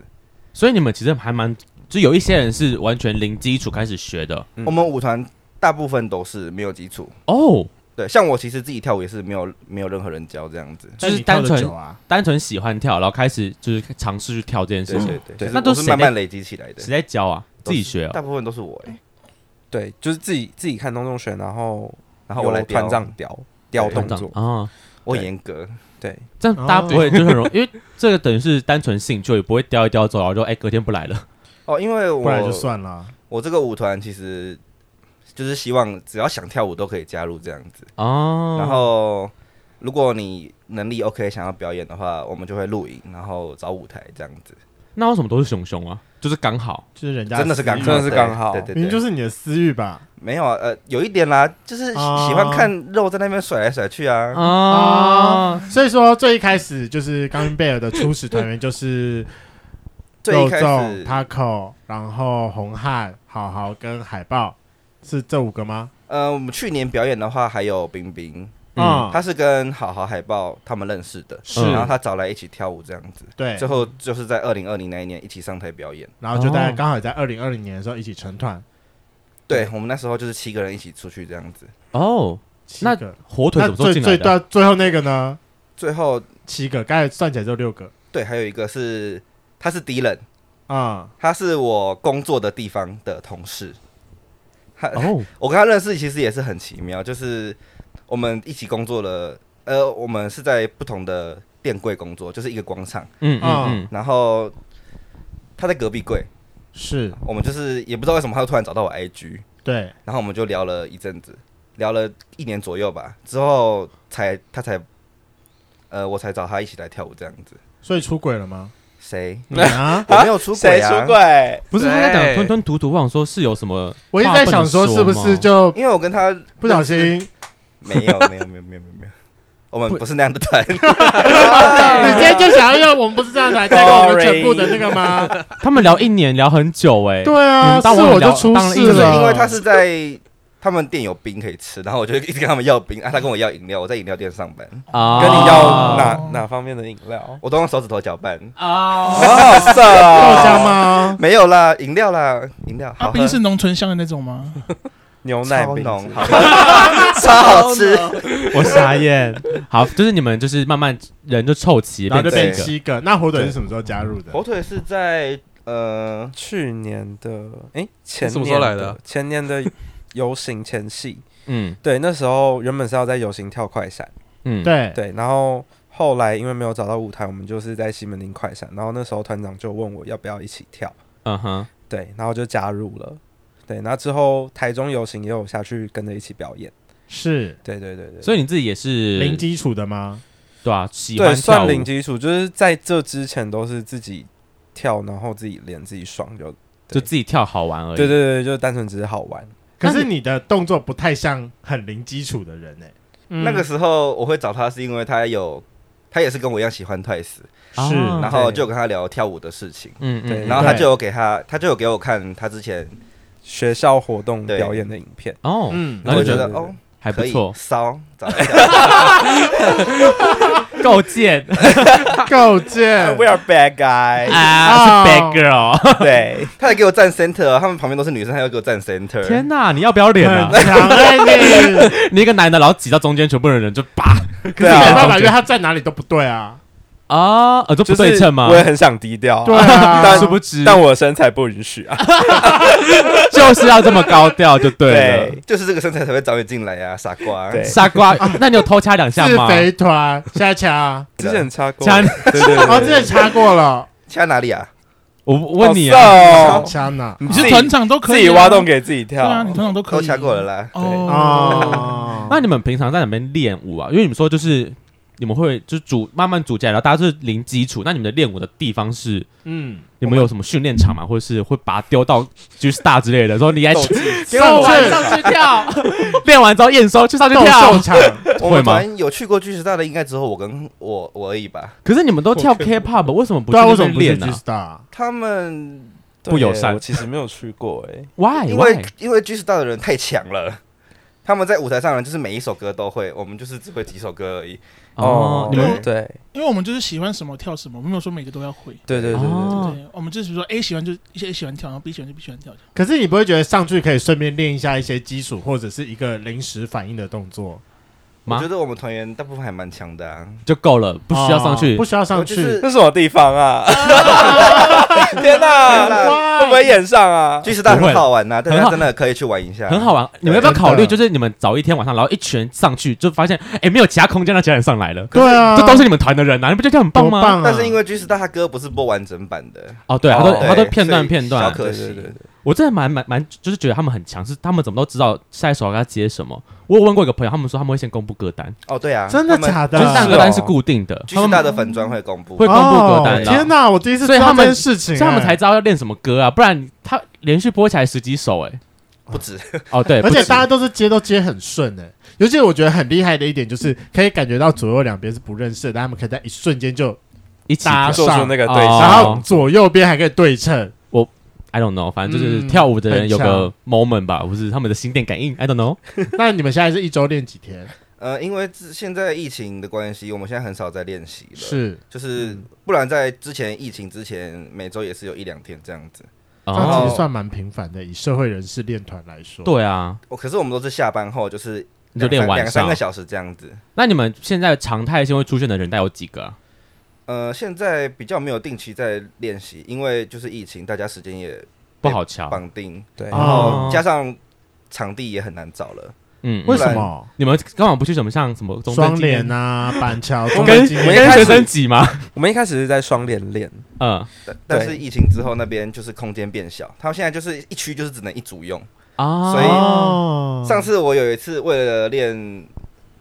所以你们其实还蛮，就有一些人是完全零基础开始学的嗯我们舞团大部分都是没有基础，哦，对，像我其实自己跳舞也是没有没有任何人教这样子。嗯就是但你跳得单纯久啊，单纯喜欢跳，然后开始就是尝试去跳这件对事情。对对，其实那都我是谁在慢慢累积起来的谁。在教啊？自己学大哦。部分都是我哎，对，就是自己自己看东东选，然后然后我来由团跳，长雕雕动团长作，啊，我很严格，对，这样大家不会就很容易， 因为这个等于是单纯兴趣，也不会雕一雕走，然后就哎隔天不来了。哦，因为不然就我算了。我这个舞团其实就是希望只要想跳舞都可以加入这样子。哦，然后如果你能力 OK，想要表演的话，我们就会录影，然后找舞台这样子。那为什么都是熊熊啊？就是刚好就是人家真的是私欲刚嘛好，真的是刚好对明对对明对，就是你的私欲吧？没有啊，呃，有一点啦，就是喜啊喜欢看肉在那边甩来甩去啊。啊，所以说最一开始就是冈宾贝尔的初始团员就是 最肉一开粽、始， Taco，然后红汉、好好跟海豹，是这五个吗？呃，我们去年表演的话，还有冰冰，嗯嗯，他是跟好好海豹他们认识的，是然后他找来一起跳舞这样子，对最，后就是在二零二零那一年一起上台表演。然后就在哦刚好在二零二零年的时候一起成团，对我们那时候就是七个人一起出去这样子，哦，七那个。火腿那怎么时候最进来最的？到最后那个呢？最后七个，刚才算起来就六个对还有一个是他是敌人，啊。他是我工作的地方的同事，他、哦，我跟他认识其实也是很奇妙，就是我们一起工作了，呃，我们是在不同的店柜工作，就是一个广场，嗯嗯然后他在隔壁柜，是我们就是也不知道为什么他就突然找到我 IG，对，然后我们就聊了一阵子，聊了一年左右吧，之后才他才，呃，我才找他一起来跳舞这样子。所以出轨了吗？谁？你啊，我没有出轨谁啊，出轨？嗯，不是他在讲对吞吞吐吐，我想说是有什么我一直话在不能想说说是不是吗就因为我跟他不小心没有没有没有没有没有没有，我们不是那样的团。你今天就想要用我们不是这样来带动我们全部的那个吗？他们聊一年聊很久哎，对啊，嗯是当我我就聊出当了一事年就是了，因为他是在他们店有冰可以吃，然后我就一直跟他们要冰啊，他跟我要饮料，我在饮料店上班，啊，跟你要拿哪哪方面的饮料？我都用手指头搅拌，啊，好色豆啊！浆吗？没有啦，饮料啦，饮料阿好喝啊冰，是农村乡的那种吗？牛奶超冰浓， 之好喝超好吃，我傻眼。 好，就是你们就是慢慢人就凑齐，然后就变变成一个七个。那火腿是什么时候加入的？火腿是在呃去年的哎，前年什么时候来的啊的？前年的游行前戏，嗯对，那时候原本是要在游行跳快闪，嗯，对，对，然后后来因为没有找到舞台，我们就是在西门町快闪，然后那时候团长就问我要不要一起跳，嗯哼，对，然后就加入了，对，然后之后台中游行也有下去跟着一起表演，是对对对对，所以你自己也是零基础的吗？对啊，喜对欢跳算舞零基础，就是在这之前都是自己跳，然后自己练自己爽就，就自己跳好玩而已。对对对，就单纯只是好玩，可是你的动作不太像很零基础的人诶。欸那个时候我会找他是因为他有他也是跟我一样喜欢 Twice，啊，是然后就有跟他聊跳舞的事情，嗯嗯对嗯，然后他就有给他他就有给我看他之前学校活动对表演的影片，哦，嗯，然后我就觉觉得得哦还不可以错，骚，找来够 贱够 贱 We are bad guy，啊，是 bad 哦 girl。对， 他还给我站 center，哦他们旁边都是女生，他要给我站 center。天哪，你要不要脸啊很？强哎你！ 你一个男的，然后挤到中间，全部的人就叭可对是没办啊，法，因为他站哪里都不对啊。啊，耳朵就不是对称吗我？也很想低调哦啊，对啊 但，殊不知，但我的身材不允许啊，就是要这么高调就对了。对就是这个身材才会找你进来啊，傻瓜。对傻瓜，那你有偷掐两下是吗？肥团，现在掐啊， 之前擦过，掐 对对对哦，之前掐过了。掐哪里啊？我我问你啊，好哦啊，强呐！嗯你自是己团长都可自以、啊、己挖洞给自己对跳，啊，你团长都可都以掐过了啦。对，哦。哦，那你们平常在哪边练舞啊？因为你们说就是你们会就是组慢慢组起来，然后大家就是零基础。那你们的练舞的地方是嗯，你们有什么训练场吗？或者是会把它丢到就是大之类的，说你来斗去给志我上去上去跳， 练完之后验收去上去斗兽跳。场，我会们吗团有去过巨石大的，应该只有我跟我我而已吧。可是你们都跳 K-pop，为什 么不去对啊，为那什么边不是练呢 G Star？他们对不友耶善我其实没有去过哎， ？Why 因为 why？因为巨石大的人太强了，他们在舞台上就是每一首歌都会，我们就是只会几首歌而已。哦，你们们嗯对因为我们就是喜欢什么跳什么，没有说每个都要会。对对对对，哦，对，我们就是比如说 A 喜欢就一些 A 喜欢跳，然后 B 喜欢就 B 喜欢跳。可是你不会觉得上去可以顺便练一下一些基础，或者是一个临时反应的动作，吗我觉得我们团员大部分还蛮强的啊。就够了，不需要上哦去不。需要上我就去是。这是什么地方 啊？天哪，会不会演上啊？巨石大不会很好玩呐、大很家好真的可以去玩一下，很好。玩，你们要不要真的考虑？就是你们早一天晚上，然后一群人上去，就发现哎，没有其他空间让其他人上来了，对啊，这都是你们团的人啊，你不觉得这样很棒多吗？棒啊！但是因为巨石大他歌不是播完整版的，哦，对，他都哦他都对片段所以片段小，可对惜对对对，我真的蛮蛮蛮，就是觉得他们很强，是他们怎么都知道下一首要接什么。我有问过一个朋友，他们说他们会先公布歌单，哦，对啊，真的他们假的？就是那个哦歌单是固定的，巨他石大们的粉砖会公布会，公布歌单哦的。天哪，我第一次啊所以知道他们这件事情，所以他们哎才知道要练什么歌啊，不然他连续播起来十几首哎、不止。哦对，而不且止大家都是接都接很顺的、欸尤其我觉得很厉害的一点就是，可以感觉到左右两边是不认识的，但他们可以在一瞬间就，一起搭上跳做出那个对哦然象，后左右边还可以对 称。 ，I don't know，反正就是嗯跳舞的人有很个 moment 吧，不是他们的心电感应，I don't know。那你们现在是一周练几天？呃，因为自现在疫情的关系，我们现在很少在练习了，是就是不然在之前疫情之前，每周也是有一两天这样子。这哦，样其后实算蛮频繁的，以社会人士练团来说。，对啊，我哦可是我们都是下班后就是你就练两三晚两三上个。小时这样子。那你们现在常态性会出现的人大概有几个、啊？呃，现在比较没有定期在练习，因为就是疫情，大家时间也不好瞧。绑定，对哦然后加上场地也很难找了。嗯，为为什么？你们干嘛不去什么像什么中正双纪念联啊，板桥，跟中正纪念跟学生挤吗？我们一开始是在双连练，嗯但但是疫情之后，那边就是空间变小，他们现在就是一区就是只能一组用。啊所以哦，上次我有一次为了练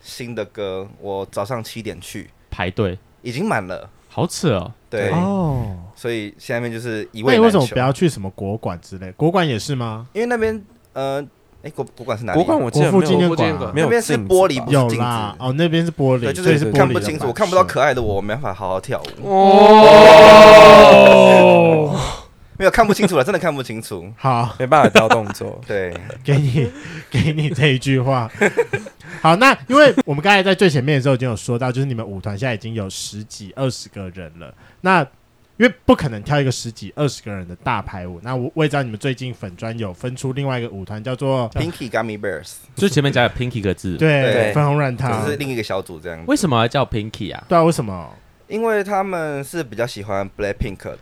新的歌，我早上七点去，排队已经满了。好扯哦。对，对哦，所以下面就是一那位你难为什么求。不要去什么国馆之类？国馆也是吗？因为那边呃，哎、国国馆是哪里？国馆我记得国没父纪念有馆啊国父纪念馆没有那边是镜子玻璃吧不是有镜啦，子，哦，那边是玻璃，对，就所以是是看玻璃不的清楚，吧我看不到是可爱的我，我没办法好好跳舞。哦， 没有看不清楚了，真的看不清楚。。好，没办法教动 作对，给你给你这一句话。 好，那因为我们刚才在最前面的时候已经有说到，就是你们舞团现在已经有十几、二十个人了。那因为不可能挑一个十几、二十个人的大排舞。那我我也知道你们最近粉专有分出另外一个舞团，叫做 Pinky Gummy Bears 就前面加了 pinky 个字，对对粉红软糖这。是另一个小组这样为子，什么要叫 pinky 啊？对啊，为什么？因为他们是比较喜欢 Black Pink 的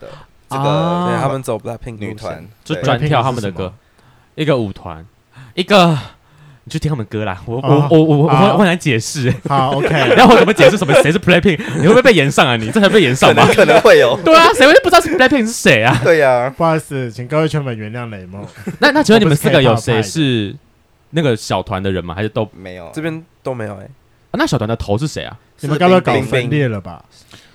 这啊个对他们走不到 pink 女路线团，，就对专跳他们的歌，一个舞团，一个你去听他们歌啦。我哦我我我我好我很难解释，好 ，OK，然后我怎么解释什么谁是 blackpink？你会不会被延上啊？你这才被延可上吧。能？可能会有对啊，谁会不知道是 blackpink 是 谁啊？对呀，不好意思，请各位圈粉原谅雷梦。那那请问你们四个有我谁不是 K-pop 是那个小团的人吗？还是都？没有这边都没有 哎，那小团的头是谁啊？你们该不会搞冰冰分裂了吧？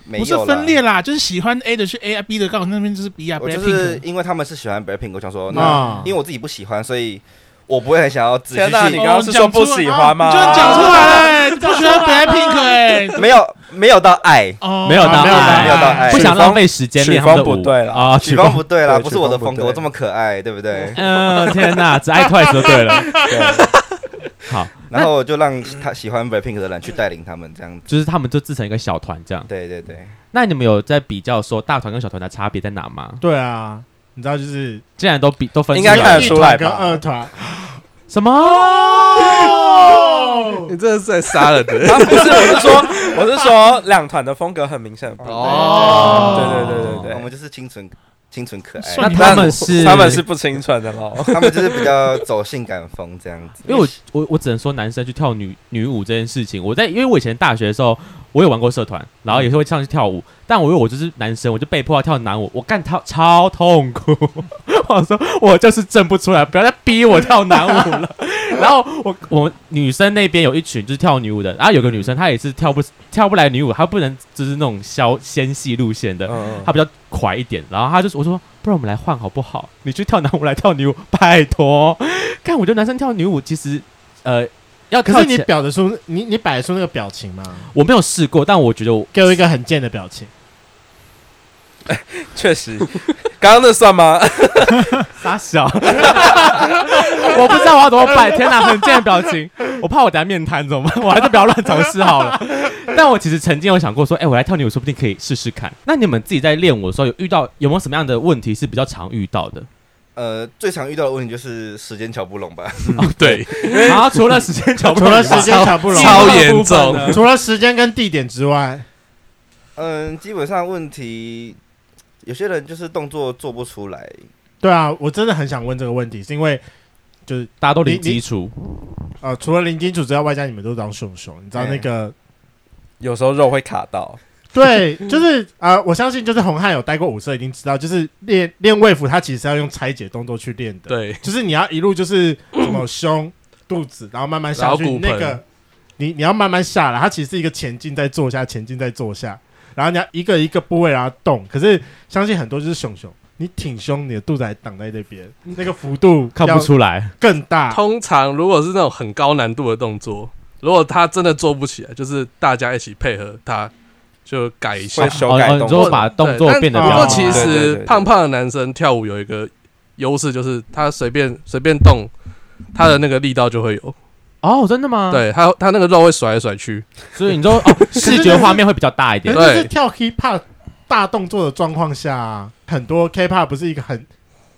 没不是有啦分裂啊啦，就是喜欢 A 的去 A 啊，B 的刚好那边就是 B 啊我，Black 就是 Pink。因为他们是喜欢 Blackpink，我想说，那啊，因为我自己不喜欢，所以我不会很想要仔细天哪，你去。刚刚是说不喜欢吗？哦你居然讲出来了， 不喜欢 Black Pink 哎，没有没有到爱，哦，没有欸啊到没有爱，到爱不想曲风浪费时间练曲他们的风舞不对啦啊， 曲风不对啦，对不是我的曲风风不格，对我这么可爱，对不对？嗯，天哪，只爱 Twice 就对了。对好，然后我就让他喜欢 Blackpink 的人去带领他们这样子。就是他们就自成一个小团这样。对对对，那你们有在比较说大团跟小团的差别在哪吗？对啊，你知道就是既然都比都分应该出来看了得出来一团跟吧二团。什哦么？你这是在杀人 的。啊，不是，我是说，我是说两团的风格很明显不一样。哦对对对对我对。们就是清纯清纯可爱，那算你他们是他们是，不清纯的喽，他们就是比较走性感风这样子。因为我我我只能说男生去跳女女舞这件事情，我在因为我以前大学的时候，我有玩过社团，然后也是会上去跳舞，但我因为我就是男生，我就被迫要跳男舞，我干跳超痛苦。 我说我就是挣不出来，不要再逼我跳男舞了。 然后我我女生那边有一群就是跳女舞的，然后有个女生她也是跳不跳不来女舞，她不能就是那种消纤细路线的，嗯她比较快一点。然后她就说我说不然我们来换好不好？你去跳男舞，我来跳女舞，拜托。看我觉得男生跳女舞其实呃要可跳是你起来表得出你你摆得出那个表情吗？哦我没有试过，但我觉得我给我一个很贱的表情。 确实，刚刚那算吗？ 傻小，我不知道我要怎么摆。天哪，很贱的表情，我怕我等下面瘫怎么办？我还是不要乱尝试好 了。但我其实曾经有想过说，哎、我来跳女舞，说不定可以试试看。 那你们自己在练舞的时候，有遇到有没有什么样的问题是比较常遇到 的？呃，最常遇到的问题就是时间瞧不拢吧。 哦，对，然后除了时间巧 不哦除容了易，时间巧不容超易，严重除了时间跟地点之外，嗯、基本上问题，有些人就是动作做不出来，对啊，我真的很想问这个问题，是因为就是大家都零你你基础，呃，除了林金主之外，外加你们都当凶手，你知道那个有时候肉会卡到，对，就是呃，我相信就是红汉有待过舞社，一定知道，就是练练位服，它其实是要用拆解动作去练的，对，就是你要一路就是什么胸、肚子，然后慢慢下去，然你后骨那盆个你你要慢慢下来，它其实是一个前进在坐下，前进在坐下，然后你要一个一个部位然后动，可是相信很多就是熊熊，你挺胸，你的肚子还挡在这边，那个幅度看不出来。更大，通常如果是那种很高难度的动作，如果他真的做不起来，就是大家一起配合他，就改一下会。修改哦，你动说作。把动作对但变得比不哦较好。过其对对实对胖胖的男生跳舞有一个优势，就是他随便随便动，他的那个力道就会有。哦，真的吗？，对他他那个肉会甩来甩去，所以你说哦，视觉画面会比较大一可点是。就是跳 hip hop 大动作的状况下、很多 K-pop 不是一个很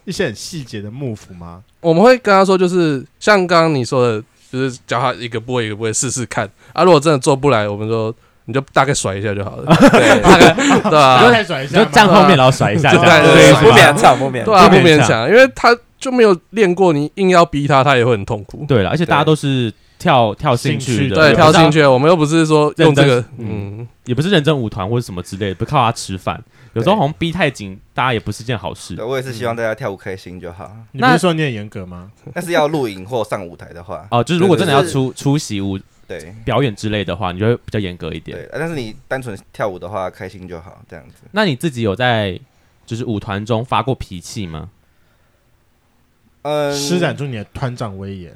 一些很细节的幕府吗？我们会跟他说，就是像刚刚你说的，就是教他一个部位一个部位试试看啊。如果真的做不来，我们说你就大概甩一下就好了， 对，大概对啊你就吧？再甩一你就下嘛，站后面，然后甩一下，对这样对对对是吧不勉强，不勉对啊，强。不勉强，因为他就没有练过，你硬要逼他，他也会很痛苦。对了，而且大家对都是跳跳兴兴趣趣的，对对，也不挑是兴趣，我们又不是说用这认个真，嗯，也不是认真舞团或者什么之类的，不靠他吃饭。有时候对好像逼太紧，大家也不是件好事对。我也是希望大家跳舞开心就好。你不是说你很严格吗？但是要录影或上舞台的话，哦，就是如果对真的就要是出出席舞对表演之类的话，你就会比较严格一点。对，啊但是你单纯跳舞的话，开心就好，这样子。那你自己有在就是舞团中发过脾气吗？嗯，施展出你的团长威严，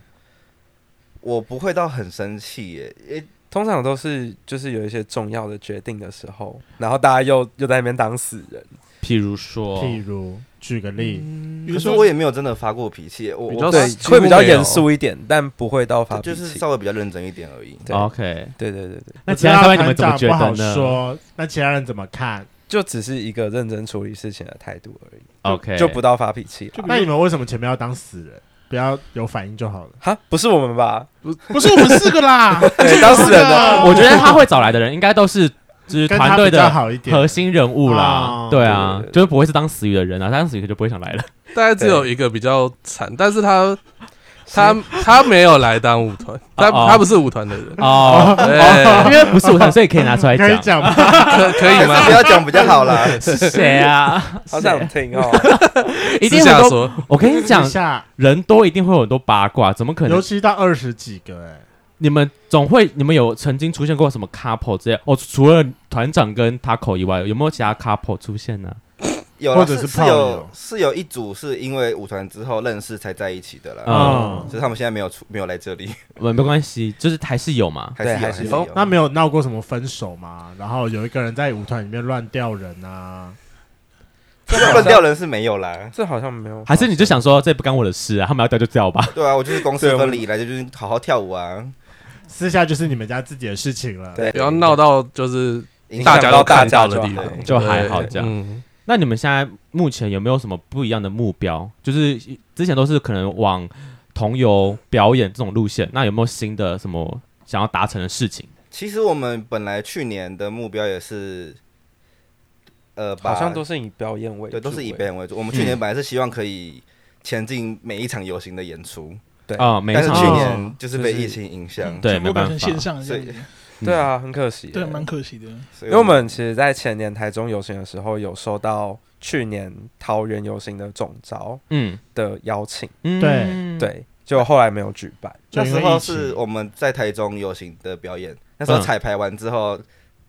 我不会到很生气耶，诶通常都是就是有一些重要的决定的时候，然后大家又又在那边当死人。譬如说，譬如举个例，比可如是说我也没有真的发过脾气耶，我比我较对几，乎会比较没有严肃一点，但不会到发就脾就是气。稍微比较认真一点而已。对 OK，对对对对，那我其知他道三位你们怎么团觉长不好得呢说，那其他人怎么看？就只是一个认真处理事情的态度而已， ？OK，就不到发脾气就比了。那你哎如说们为什么前面要当死人？不要有反应就好了。哈，不是我们吧？不是我们四个啦，对，当死人的，啊我觉得他会找来的人应该都是就是啊跟团他队比较的好一点，核心人物啦哦。对啊对对，对就是不会是当死鱼的人啊，当死鱼就不会想来了。大概只有一个比较惨，但是他他他没有来当舞团，他哦他不是舞团 的人，哦，因对，为不是舞团，所以可以拿出来 可以讲讲。吗？可可以还吗是不？要讲比较好啦。是谁啊？好想听哦。 一私定下很多。说，我跟你讲一，下，人多一定会有很多八卦，怎么可尤能？其到二十几个，哎，你们总会，你们有曾经出现过什么 couple 之类？哦，除了团长跟 Taco 以外，有没有其他 couple 出现呢、有或啦者是是炮有友是有一组是因为舞团之后认识才在一起的啦，嗯嗯，所以他们现在没有出没有来这里，呃没没关系，就是还是有嘛。还是有还还是是有哦有。那没有闹过什么分手吗？然后有一个人在舞团里面乱吊人啊，乱掉人是没有啦，这好像没有，还是你就想说这不干我的事啊，他们要掉就掉吧。对啊，我就是公对司我分离来的，就是好好跳舞啊。私下就是你们家自己的事情了。对不要闹到就是影响大大家家都都看看到到的的地地方嗯方，就还好这样样。那你们现在目前有没有什么不一样的目标？就是之前都是可能往同游表演这种路线，那有没有新的什么想要达成的事情？其实我们本来去年的目标也是，呃，把好像都是以表演为主，对，都是以欸表演为主。我们嗯去年本来是希望可以前进每一场游行的演出，对啊、每一但是场去都游是行年就是被疫情影响，对全部没办改成法线上这样子，对啊，很可惜耶。对，蛮可惜的。所以因为我们其实，在前年台中游行的时候，有收到去年桃园游行的总招嗯的邀请，嗯，对对，就后来没有举办。就那因时为候疫情是我们在台中游行的表演，那时候嗯彩排完之后，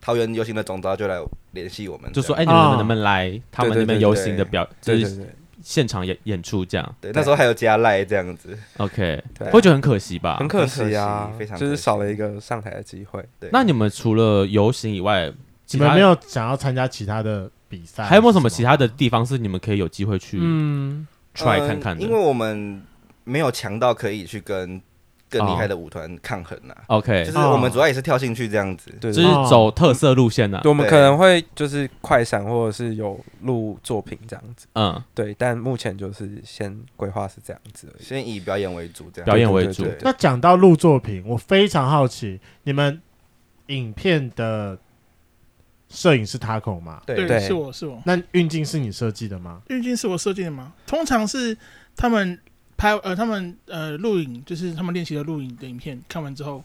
桃园游行的总招就来联系我们，就说这样哎，你啊们能不能来他们那边游行的表，就对对是对，现场演演出这样对，那时候还有加赖这样子， ？OK，对啊会觉得很可惜吧很？可惜啊很可惜非，常就是可惜少了一个上台的机会。对，那你们除了游行以外，其你们他没有想要参加其他的比赛？还有没有什么其他的？地方是你们可以有机会去嗯， try 嗯看看因的为我们没有强到可以去跟更厉害哦的舞团抗衡啊，就？OK，是我们主要也是跳进去这样子，对，就是对对哦走特色路线呢。对我们对可能会就是快闪或者是有录作品这样子。嗯，对，但目前就是先规划是这样子而已。先以表演为主这样。表演为主对对对那讲到录作品，我非常好奇，你们影片的摄影是 Taco 吗？对对，是我是我，那运镜是你设计的吗？运镜是我设计的嘛？通常是他们拍呃，他们呃录影，就是他们练习的录影的影片，看完之后，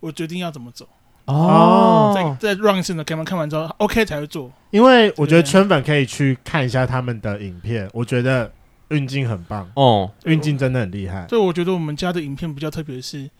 我决定要怎么走，哦，再再 run 一次呢，给他们看完之后，OK 才会做。嗯因为我觉得对圈粉可以去看一下他们的影片，我觉得运镜很棒，哦，运镜真的很厉害。所以我觉得我们家的影片比较特别的是，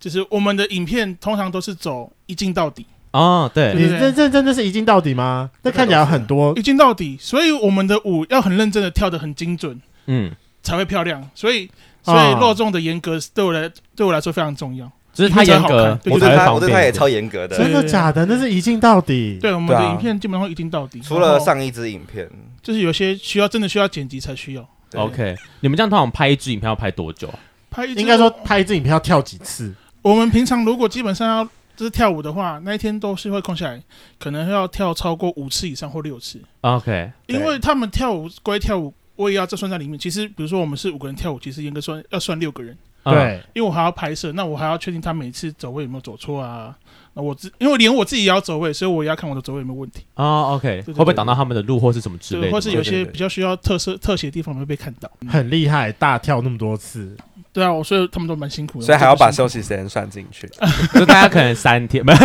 就是我们的影片通常都是走一镜到底，哦，对，你对这这真的是一镜到底吗？那看起来有很多一镜到底，所以我们的舞要很认真的跳得很精准嗯，才会漂亮，所以所以哦落重的严格对我来对我来说非常重要。就是他严格，对我我才对就会他，方我对便一他也点。超严 格对真的，的假的？那是一镜到底。对，我们对的啊影片基本上会一镜到底，除了然后上一支影片，就是有些需要真的需要剪辑才需要。对 OK，你们这样通常拍一支影片要拍多久啊？拍一支应该说拍一支影片要跳几次？我们平常如果基本上要就是跳舞的话，那一天都是会空下来，可能要跳超过五次以上或六次， OK，因为他们跳舞归跳舞，我也要这算在里面。其实比如说我们是五个人跳舞，其实严格算要算六个人，嗯，对，因为我还要拍摄，那我还要确定他每次走位有没有走错啊。那我自因为连我自己也要走位，所以我也要看我的走位有没有问题，哦，OK，会对不会挡到他们的路或是什么之类对，的？或是有对些对对比较需要特色特写的地方有没有被看到。很厉害，大跳那么多次，对啊，我所以他们都蛮辛苦的，所以还要把手休息时间算进去。 就大家可能三天，没有。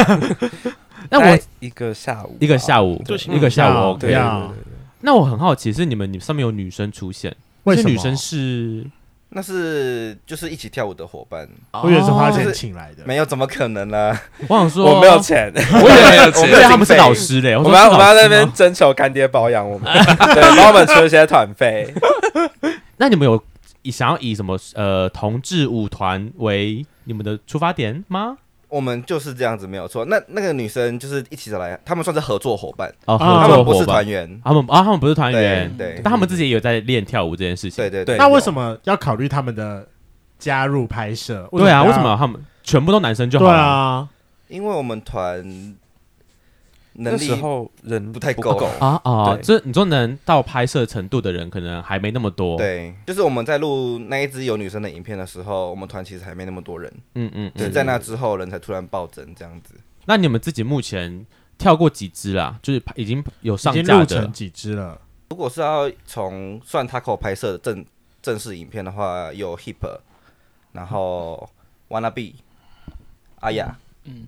那大我概一个下午吧，一个下午对，一个下午要 OK。哎对，对对要对那我很好奇，是你们你上面有女生出现，为这什些么女生是？那是就是一起跳舞的伙伴，我以为是花就钱是请来的。没有怎么可能啦， 我想说，我没有，钱，我以为没有 我钱以为他们是老师嘞。我说们要哦是我们老要在师那边吗征求干爹保养我们，对，帮我们出一些团费。 那你们有以想要以什么呃同志舞团为你们的出发点吗？我们就是这样子没有错。那那个女生就是一起走来，他们算是合作伙伴，哦，啊合他作们不伙是团伴，员，他们啊，他们不是团对员，对但他们自己也有在练跳舞这件事情。对对对。那为么？什么要考虑他们的加入拍摄？对啊，不为要什么？他们全部都男生就好对了？啊，因为我们团能那力时候人不太够够，啊啊！对这你说能到拍摄程度的人，可能还没那么多。，对，就是我们在录那一支有女生的影片的时候，我们团其实还没那么多人，嗯嗯就是嗯。在那之后人才突然暴增这样子。那你们自己目前跳过几支啦？就是拍已经有上已经架录成的几支了？如果是要从算 Taco 拍摄的正正式影片的话，有 Hip，然后 Wanna Be，阿雅，嗯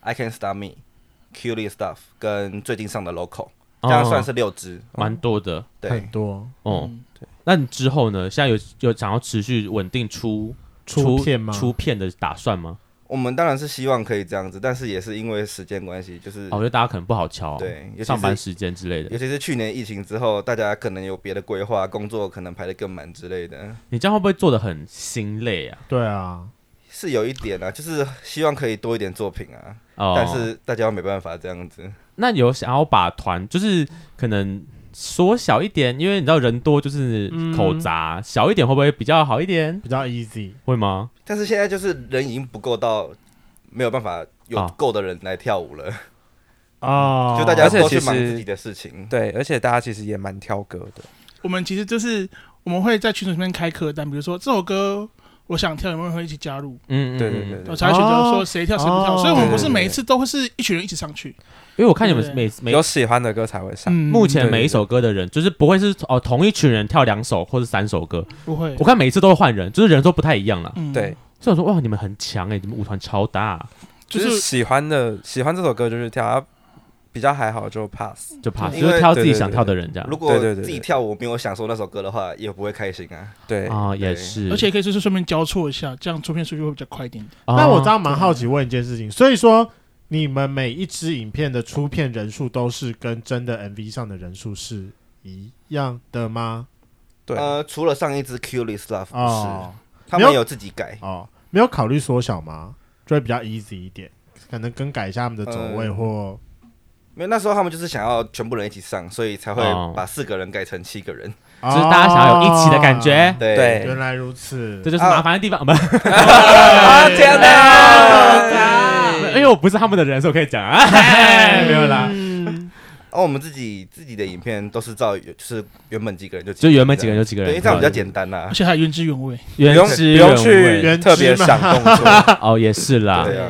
，I Can Stop Me，Curious Stuff，跟最近上的 Local，哦，这样算是六支。蛮多的很对，多哦。嗯那你之后呢？现在有有想要持续稳定出出片吗？出片的打算吗？我们当然是希望可以这样子，但是也是因为时间关系，就是哦，我觉得大家可能不好敲，对，尤其上是班时间之类尤的。其是去年疫情之后，大家可能有别的规划，工作可能排得更满之类的，你这样会不会做的很心累啊？对啊，是有一点啊，就是希望可以多一点作品啊，哦，但是大家没办法这样子。那有想要把团就是可能缩小一点，因为你知道人多就是口嗯杂，小一点会不会比较好一点？比较 easy。会吗？但是现在就是人已经不够到没有办法有啊够的人来跳舞了，哦，就大家而且都其去忙实自己的事情。对，而且大家其实也蛮挑歌的，我们其实就是我们会在群组里面开歌单，比如说这首歌我想跳，有没有人会一起加入？嗯，嗯对对对嗯对我才会选择说谁跳谁不跳，哦所以我们不是对对对每一次都会是一群人一起上去。因为我看你们对每每有喜欢的歌才会上。嗯，目前对对每一首歌的人，就是不会是哦同一群人跳两首或是三首歌，不会我，看每一次都会换人，就是人都不太一样了。嗯对，欸所以我说哇，你们很强哎、你们舞团超大啊、就就是是喜欢的喜欢这首歌就去跳，啊比较还好就 pass。就怕因为就是挑自己对对想对跳的人这样如果对对对自己对跳舞没有享受那首歌的话，也不会开心啊。对，啊，也对是。而且可以就是顺便交错一下，这样出片速度会比较快一点。那我哦这样蛮好奇问一件事情，所以说你们每一支影片的出片人数都是跟真的 MV 上的人数是一样的吗？对呃，除了上一支 Q List Love 不哦是，他没们有有自己改，哦，没有考虑缩小吗？就会比较 easy 一点，可能更改一下他们的走位呃嗯或没有那时候他们就是想要全部人一起上，所以才会哦把四个人改成七个人。就是大家想要有一起的感觉哦，对原来如此，这就是麻烦的地方。不是啊这样的因哎为我不是他们的人，所以我可以讲啊，没有啦，哦，我们自己自己的影片都是照原就是原本几个人就 就原本几个人就几个对，人，因为这样比较简 单啊啦而。且还原汁原味。不原用汁不用原味原去特别汁嘛想动作， 哦，也是啦。对啊，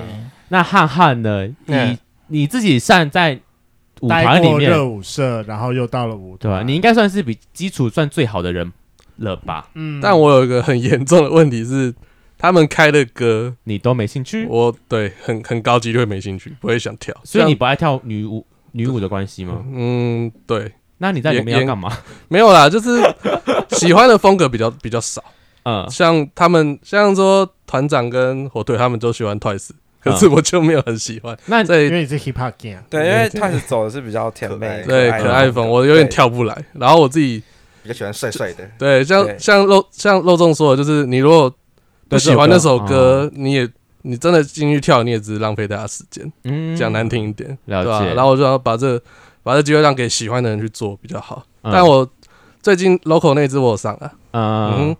那汉汉呢？你嗯你自己站在舞待团里过面，热舞社，然后又到了舞对吧？团，你应该算是比基础算最好的人了吧？嗯但我有一个很严重的问题是，他们开的歌，你都没兴趣，我对很很高级率会没兴趣，不会想跳。所以你像不爱跳女舞女舞的关系吗？嗯，对，那你在里面也要也干嘛？没有啦，就是喜欢的风格比较比较少。嗯， 像他们，像说团长跟火腿，他们都喜欢 Twice，可是嗯我就没有很喜欢。那因对为你是 hip hop gang，对，因为他是走的是比较甜美可对，爱可爱的风，我有点对跳不来。然后我自己比较喜欢帅帅的。对，像对像肉像肉粽说的，就是你如果不对喜欢这那首首歌歌，你也你真的进去跳，你也只是浪费大家时间。嗯讲难听一点，了对吧、啊解然后我就要把这把这机会让给喜欢的人去做比较好。嗯但我最近 local 那支我有上啊，嗯嗯，，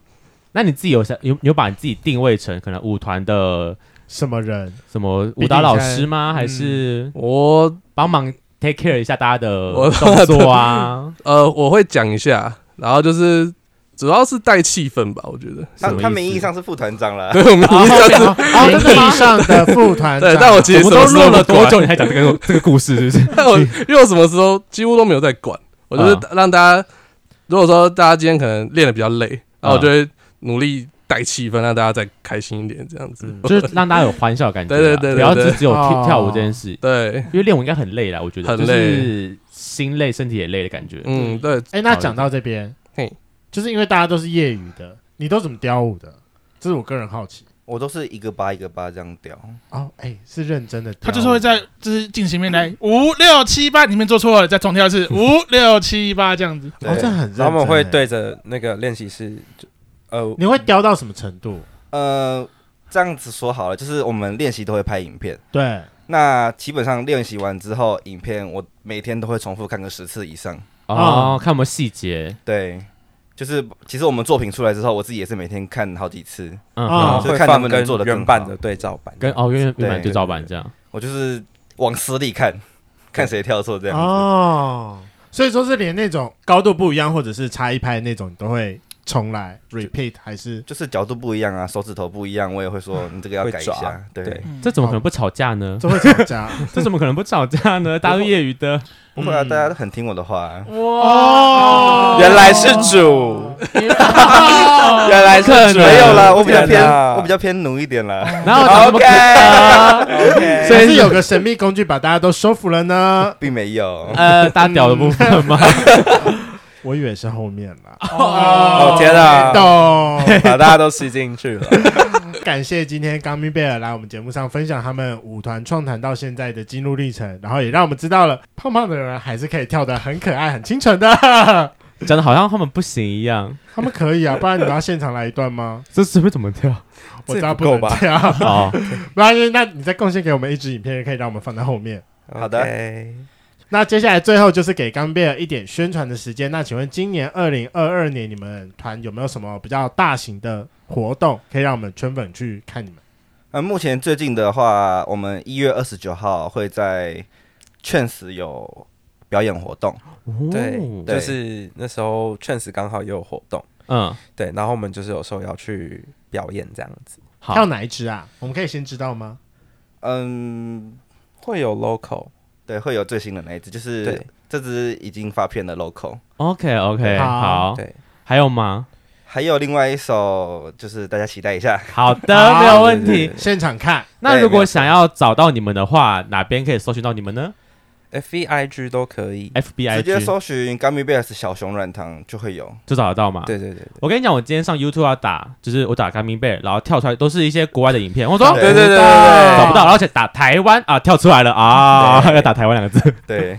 那你自己有想有有把你自己定位成可能舞团的什么人？什么舞蹈老师嗯吗？还是我帮忙 take care 一下大家的我动作 啊？呃我会讲一下，然后就是主要是带气氛吧，我觉得。他 什么意思他名义上是副团长啦，对，我们啊，哦名真的吗义上的副团长， 对，但我其实我们都什么事录了不多管久，你还讲这个这个故事，是不是？ 但我因为我什么时候几乎都没有在管，我就是啊让大家，如果说大家今天可能练的比较累，然后我就会努力带气氛，让大家再开心一点，这样子。就是让大家有欢笑的感觉啊，对对对对不要对只只有哦跳跳舞这件事，对，因为练舞应该很累啦，我觉得很累就是心累，身体也累的感觉。嗯，对，哎，那讲到这边嘿，就是因为大家都是业余的，你都怎么雕舞的？这是我个人好奇我都是一个八一个八这样掉。哦。哎，是认真的雕舞，他就是会在就是进行面来五六七八，你们做错了，再重跳一次五六七八这样子。对哦，这很认真。然后我们会哎，对着那个练习室，就呃，你会雕到什么程度？呃，这样子说好了，就是我们练习都会拍影片。对，那基本上练习完之后，影片我每天都会重复看个十次以上。嗯哦，看我们细节，对，就是其实我们作品出来之后，我自己也是每天看好几次。嗯，啊然嗯后会就看他放们能跟做得更好原版的对照版，跟哦原原原版对对照版这样，我就是往死里看，看谁跳错这样子。哦，所以说是连那种高度不一样，或者是差一拍那种，你都会重来 repeat 还是？就是角度不一样啊，手指头不一样，我也会说你这个要会改一抓下。对，对嗯这怎么可能不吵架呢？这会吵 架这怎么可能不吵架 呢？大家都业余的，不会啊，嗯大家都很听我的话。哦原来是主，原来是主，啊对没有啦，了我比较天偏哪，我比较偏奴一点啦。然后怎么 OK 可能 OK 所以是有个神秘工具把大家都收服了呢？并没有，呃，大屌的部分吗？我以为是后面啦。哦天啊，懂。把大家都吸进去了，感谢今天刚米贝尔来我们节目上分享他们舞团创团到现在的心路历程，然后也让我们知道了胖胖的人还是可以跳得很可爱、很清 纯的。 讲的好像他们不行一样，他们可以啊，不然你们要现场来一段吗？这是会怎么跳？我知道这也能不够吧这样。哦，没关系，那你再贡献给我们一支影片，也可以让我们放在后面。好的 OK 那接下来最后就是给刚贝尔一点宣传的时间。那请问今年二零二二年你们团有没有什么比较大型的活动，可以让我们圈粉去看你们？呃，目前最近的话，我们一月二十九号会在劝死有表演活动，哦对，对哦就是那时候确实刚好也有活动，嗯，对，然后我们就是有时候要去表演这样子，好，跳哪一支啊？我们可以先知道吗？嗯，会有 local，对，会有最新的那一支，就是对这支已经发片的 local。 OK OK，好好，对，还有吗？还有另外一首，就是大家期待一下。好的，好没有问题对。现场看，那对如没果有想要找到你们的话，哪边可以搜寻到你们呢 F E I G 都可以。 ？FBI 直接 G 搜寻 Gummy Bears 小熊软糖就会有。就找得到嘛？对对对对，我跟你讲，我今天上 YouTube 要打，就是我打 g a m i n g Bear，然后跳出来都是一些国外的影片。我说对对对找不到，然后而且打台湾啊，跳出来了啊， 要打台湾两个字。 对，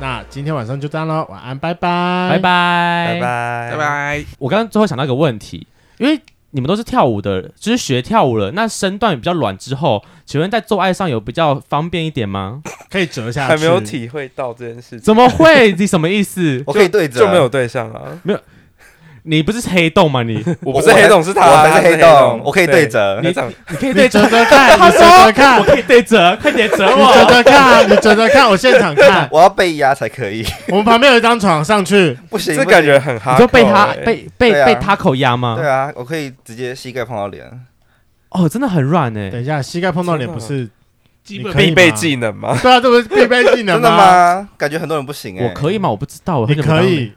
那今天晚上就这样喽，晚安，拜拜，拜拜。拜拜。哎拜拜拜。我刚刚最后想到一个问题，因为你们都是跳舞的，就是学跳舞了，那身段比较软之后，请问在做爱上有比较方便一点吗？可以折下去，还没有体会到这件事 情，怎么会？你什么意思？我可以对着就没有对象啊。你不是黑洞吗？你我我不是黑洞，是他，我才他是黑洞，我可以对对折。你长你可以你对折折，折看， 你折折看我，可以对折，快点折你折我。折看，你折折看，我现场 看，我要被压才可以， 我们旁边有一张床，上去。不行，这不行感觉很哈你扣欸，说被他 被被对啊被他口压吗对？啊，我可以直接膝盖碰到脸，哦，真的很软哎等。一下，膝盖碰到脸真的不是？基你本可以必吗备技能吗？对啊，这不是必备技能真的吗？吗？感觉很多人不行哎、我可以吗？我不知道，我你很久没当可领，以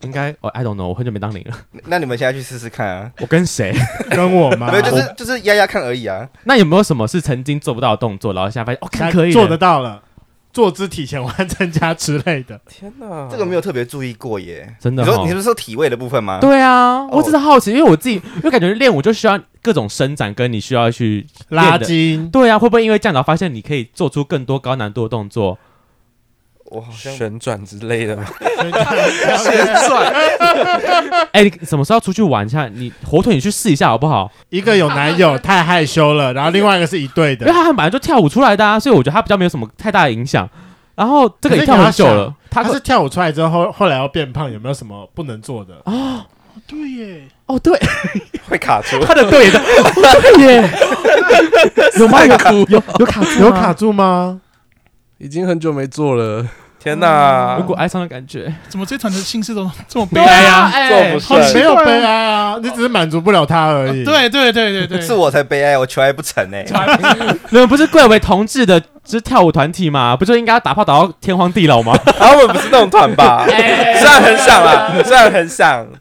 应该哦，I don't know，我很久没当零了。那你们现在去试试看啊，我跟谁？跟我啊吗？没有就是就是压压看而已啊。 那有没有什么是曾经做不到的动作，然后现在发现哦，看可以做了得到了，坐姿体前弯增加之类的。天哪，这个没有特别注意过耶。啊真的你说哦你是说体位的部分吗？对啊，哦我只是好奇，因为我自己，因为感觉练舞就需要各种伸展，跟你需 要去拉练的。筋，对啊，会不会因为这样，然后发现你可以做出更多高难度的动 作？我好像旋转之类的吗？哎、你什么时候出去玩一下？你火腿，你去试一下好不好？一个有男友太害羞了，然后另外一个是一对因的为。他本来就跳舞出来的啊，所以我觉得他比较没有什么太大的影响。然后这个可是也跳很久了，他他是跳舞出来之后，后后来要变胖，有没有什么不能做的？对耶，哦对，会卡住，他 的对的，哦对耶，有吗？有有有卡住吗有卡？住吗？已经很久没做了，天哪！无果哀伤的感觉，怎么这团的姓氏都这么悲对哀？啊，做哎不好没奇顺，有悲哀啊，你只是满足不了他而哦已。，对对对对对，是我才悲哀，我求爱不成哎、 你们不是贵为同志的，就是跳舞团体吗？不就应该打炮打到天荒地老吗？然后我们不是那种团吧？虽然很想啊，虽然很想，对。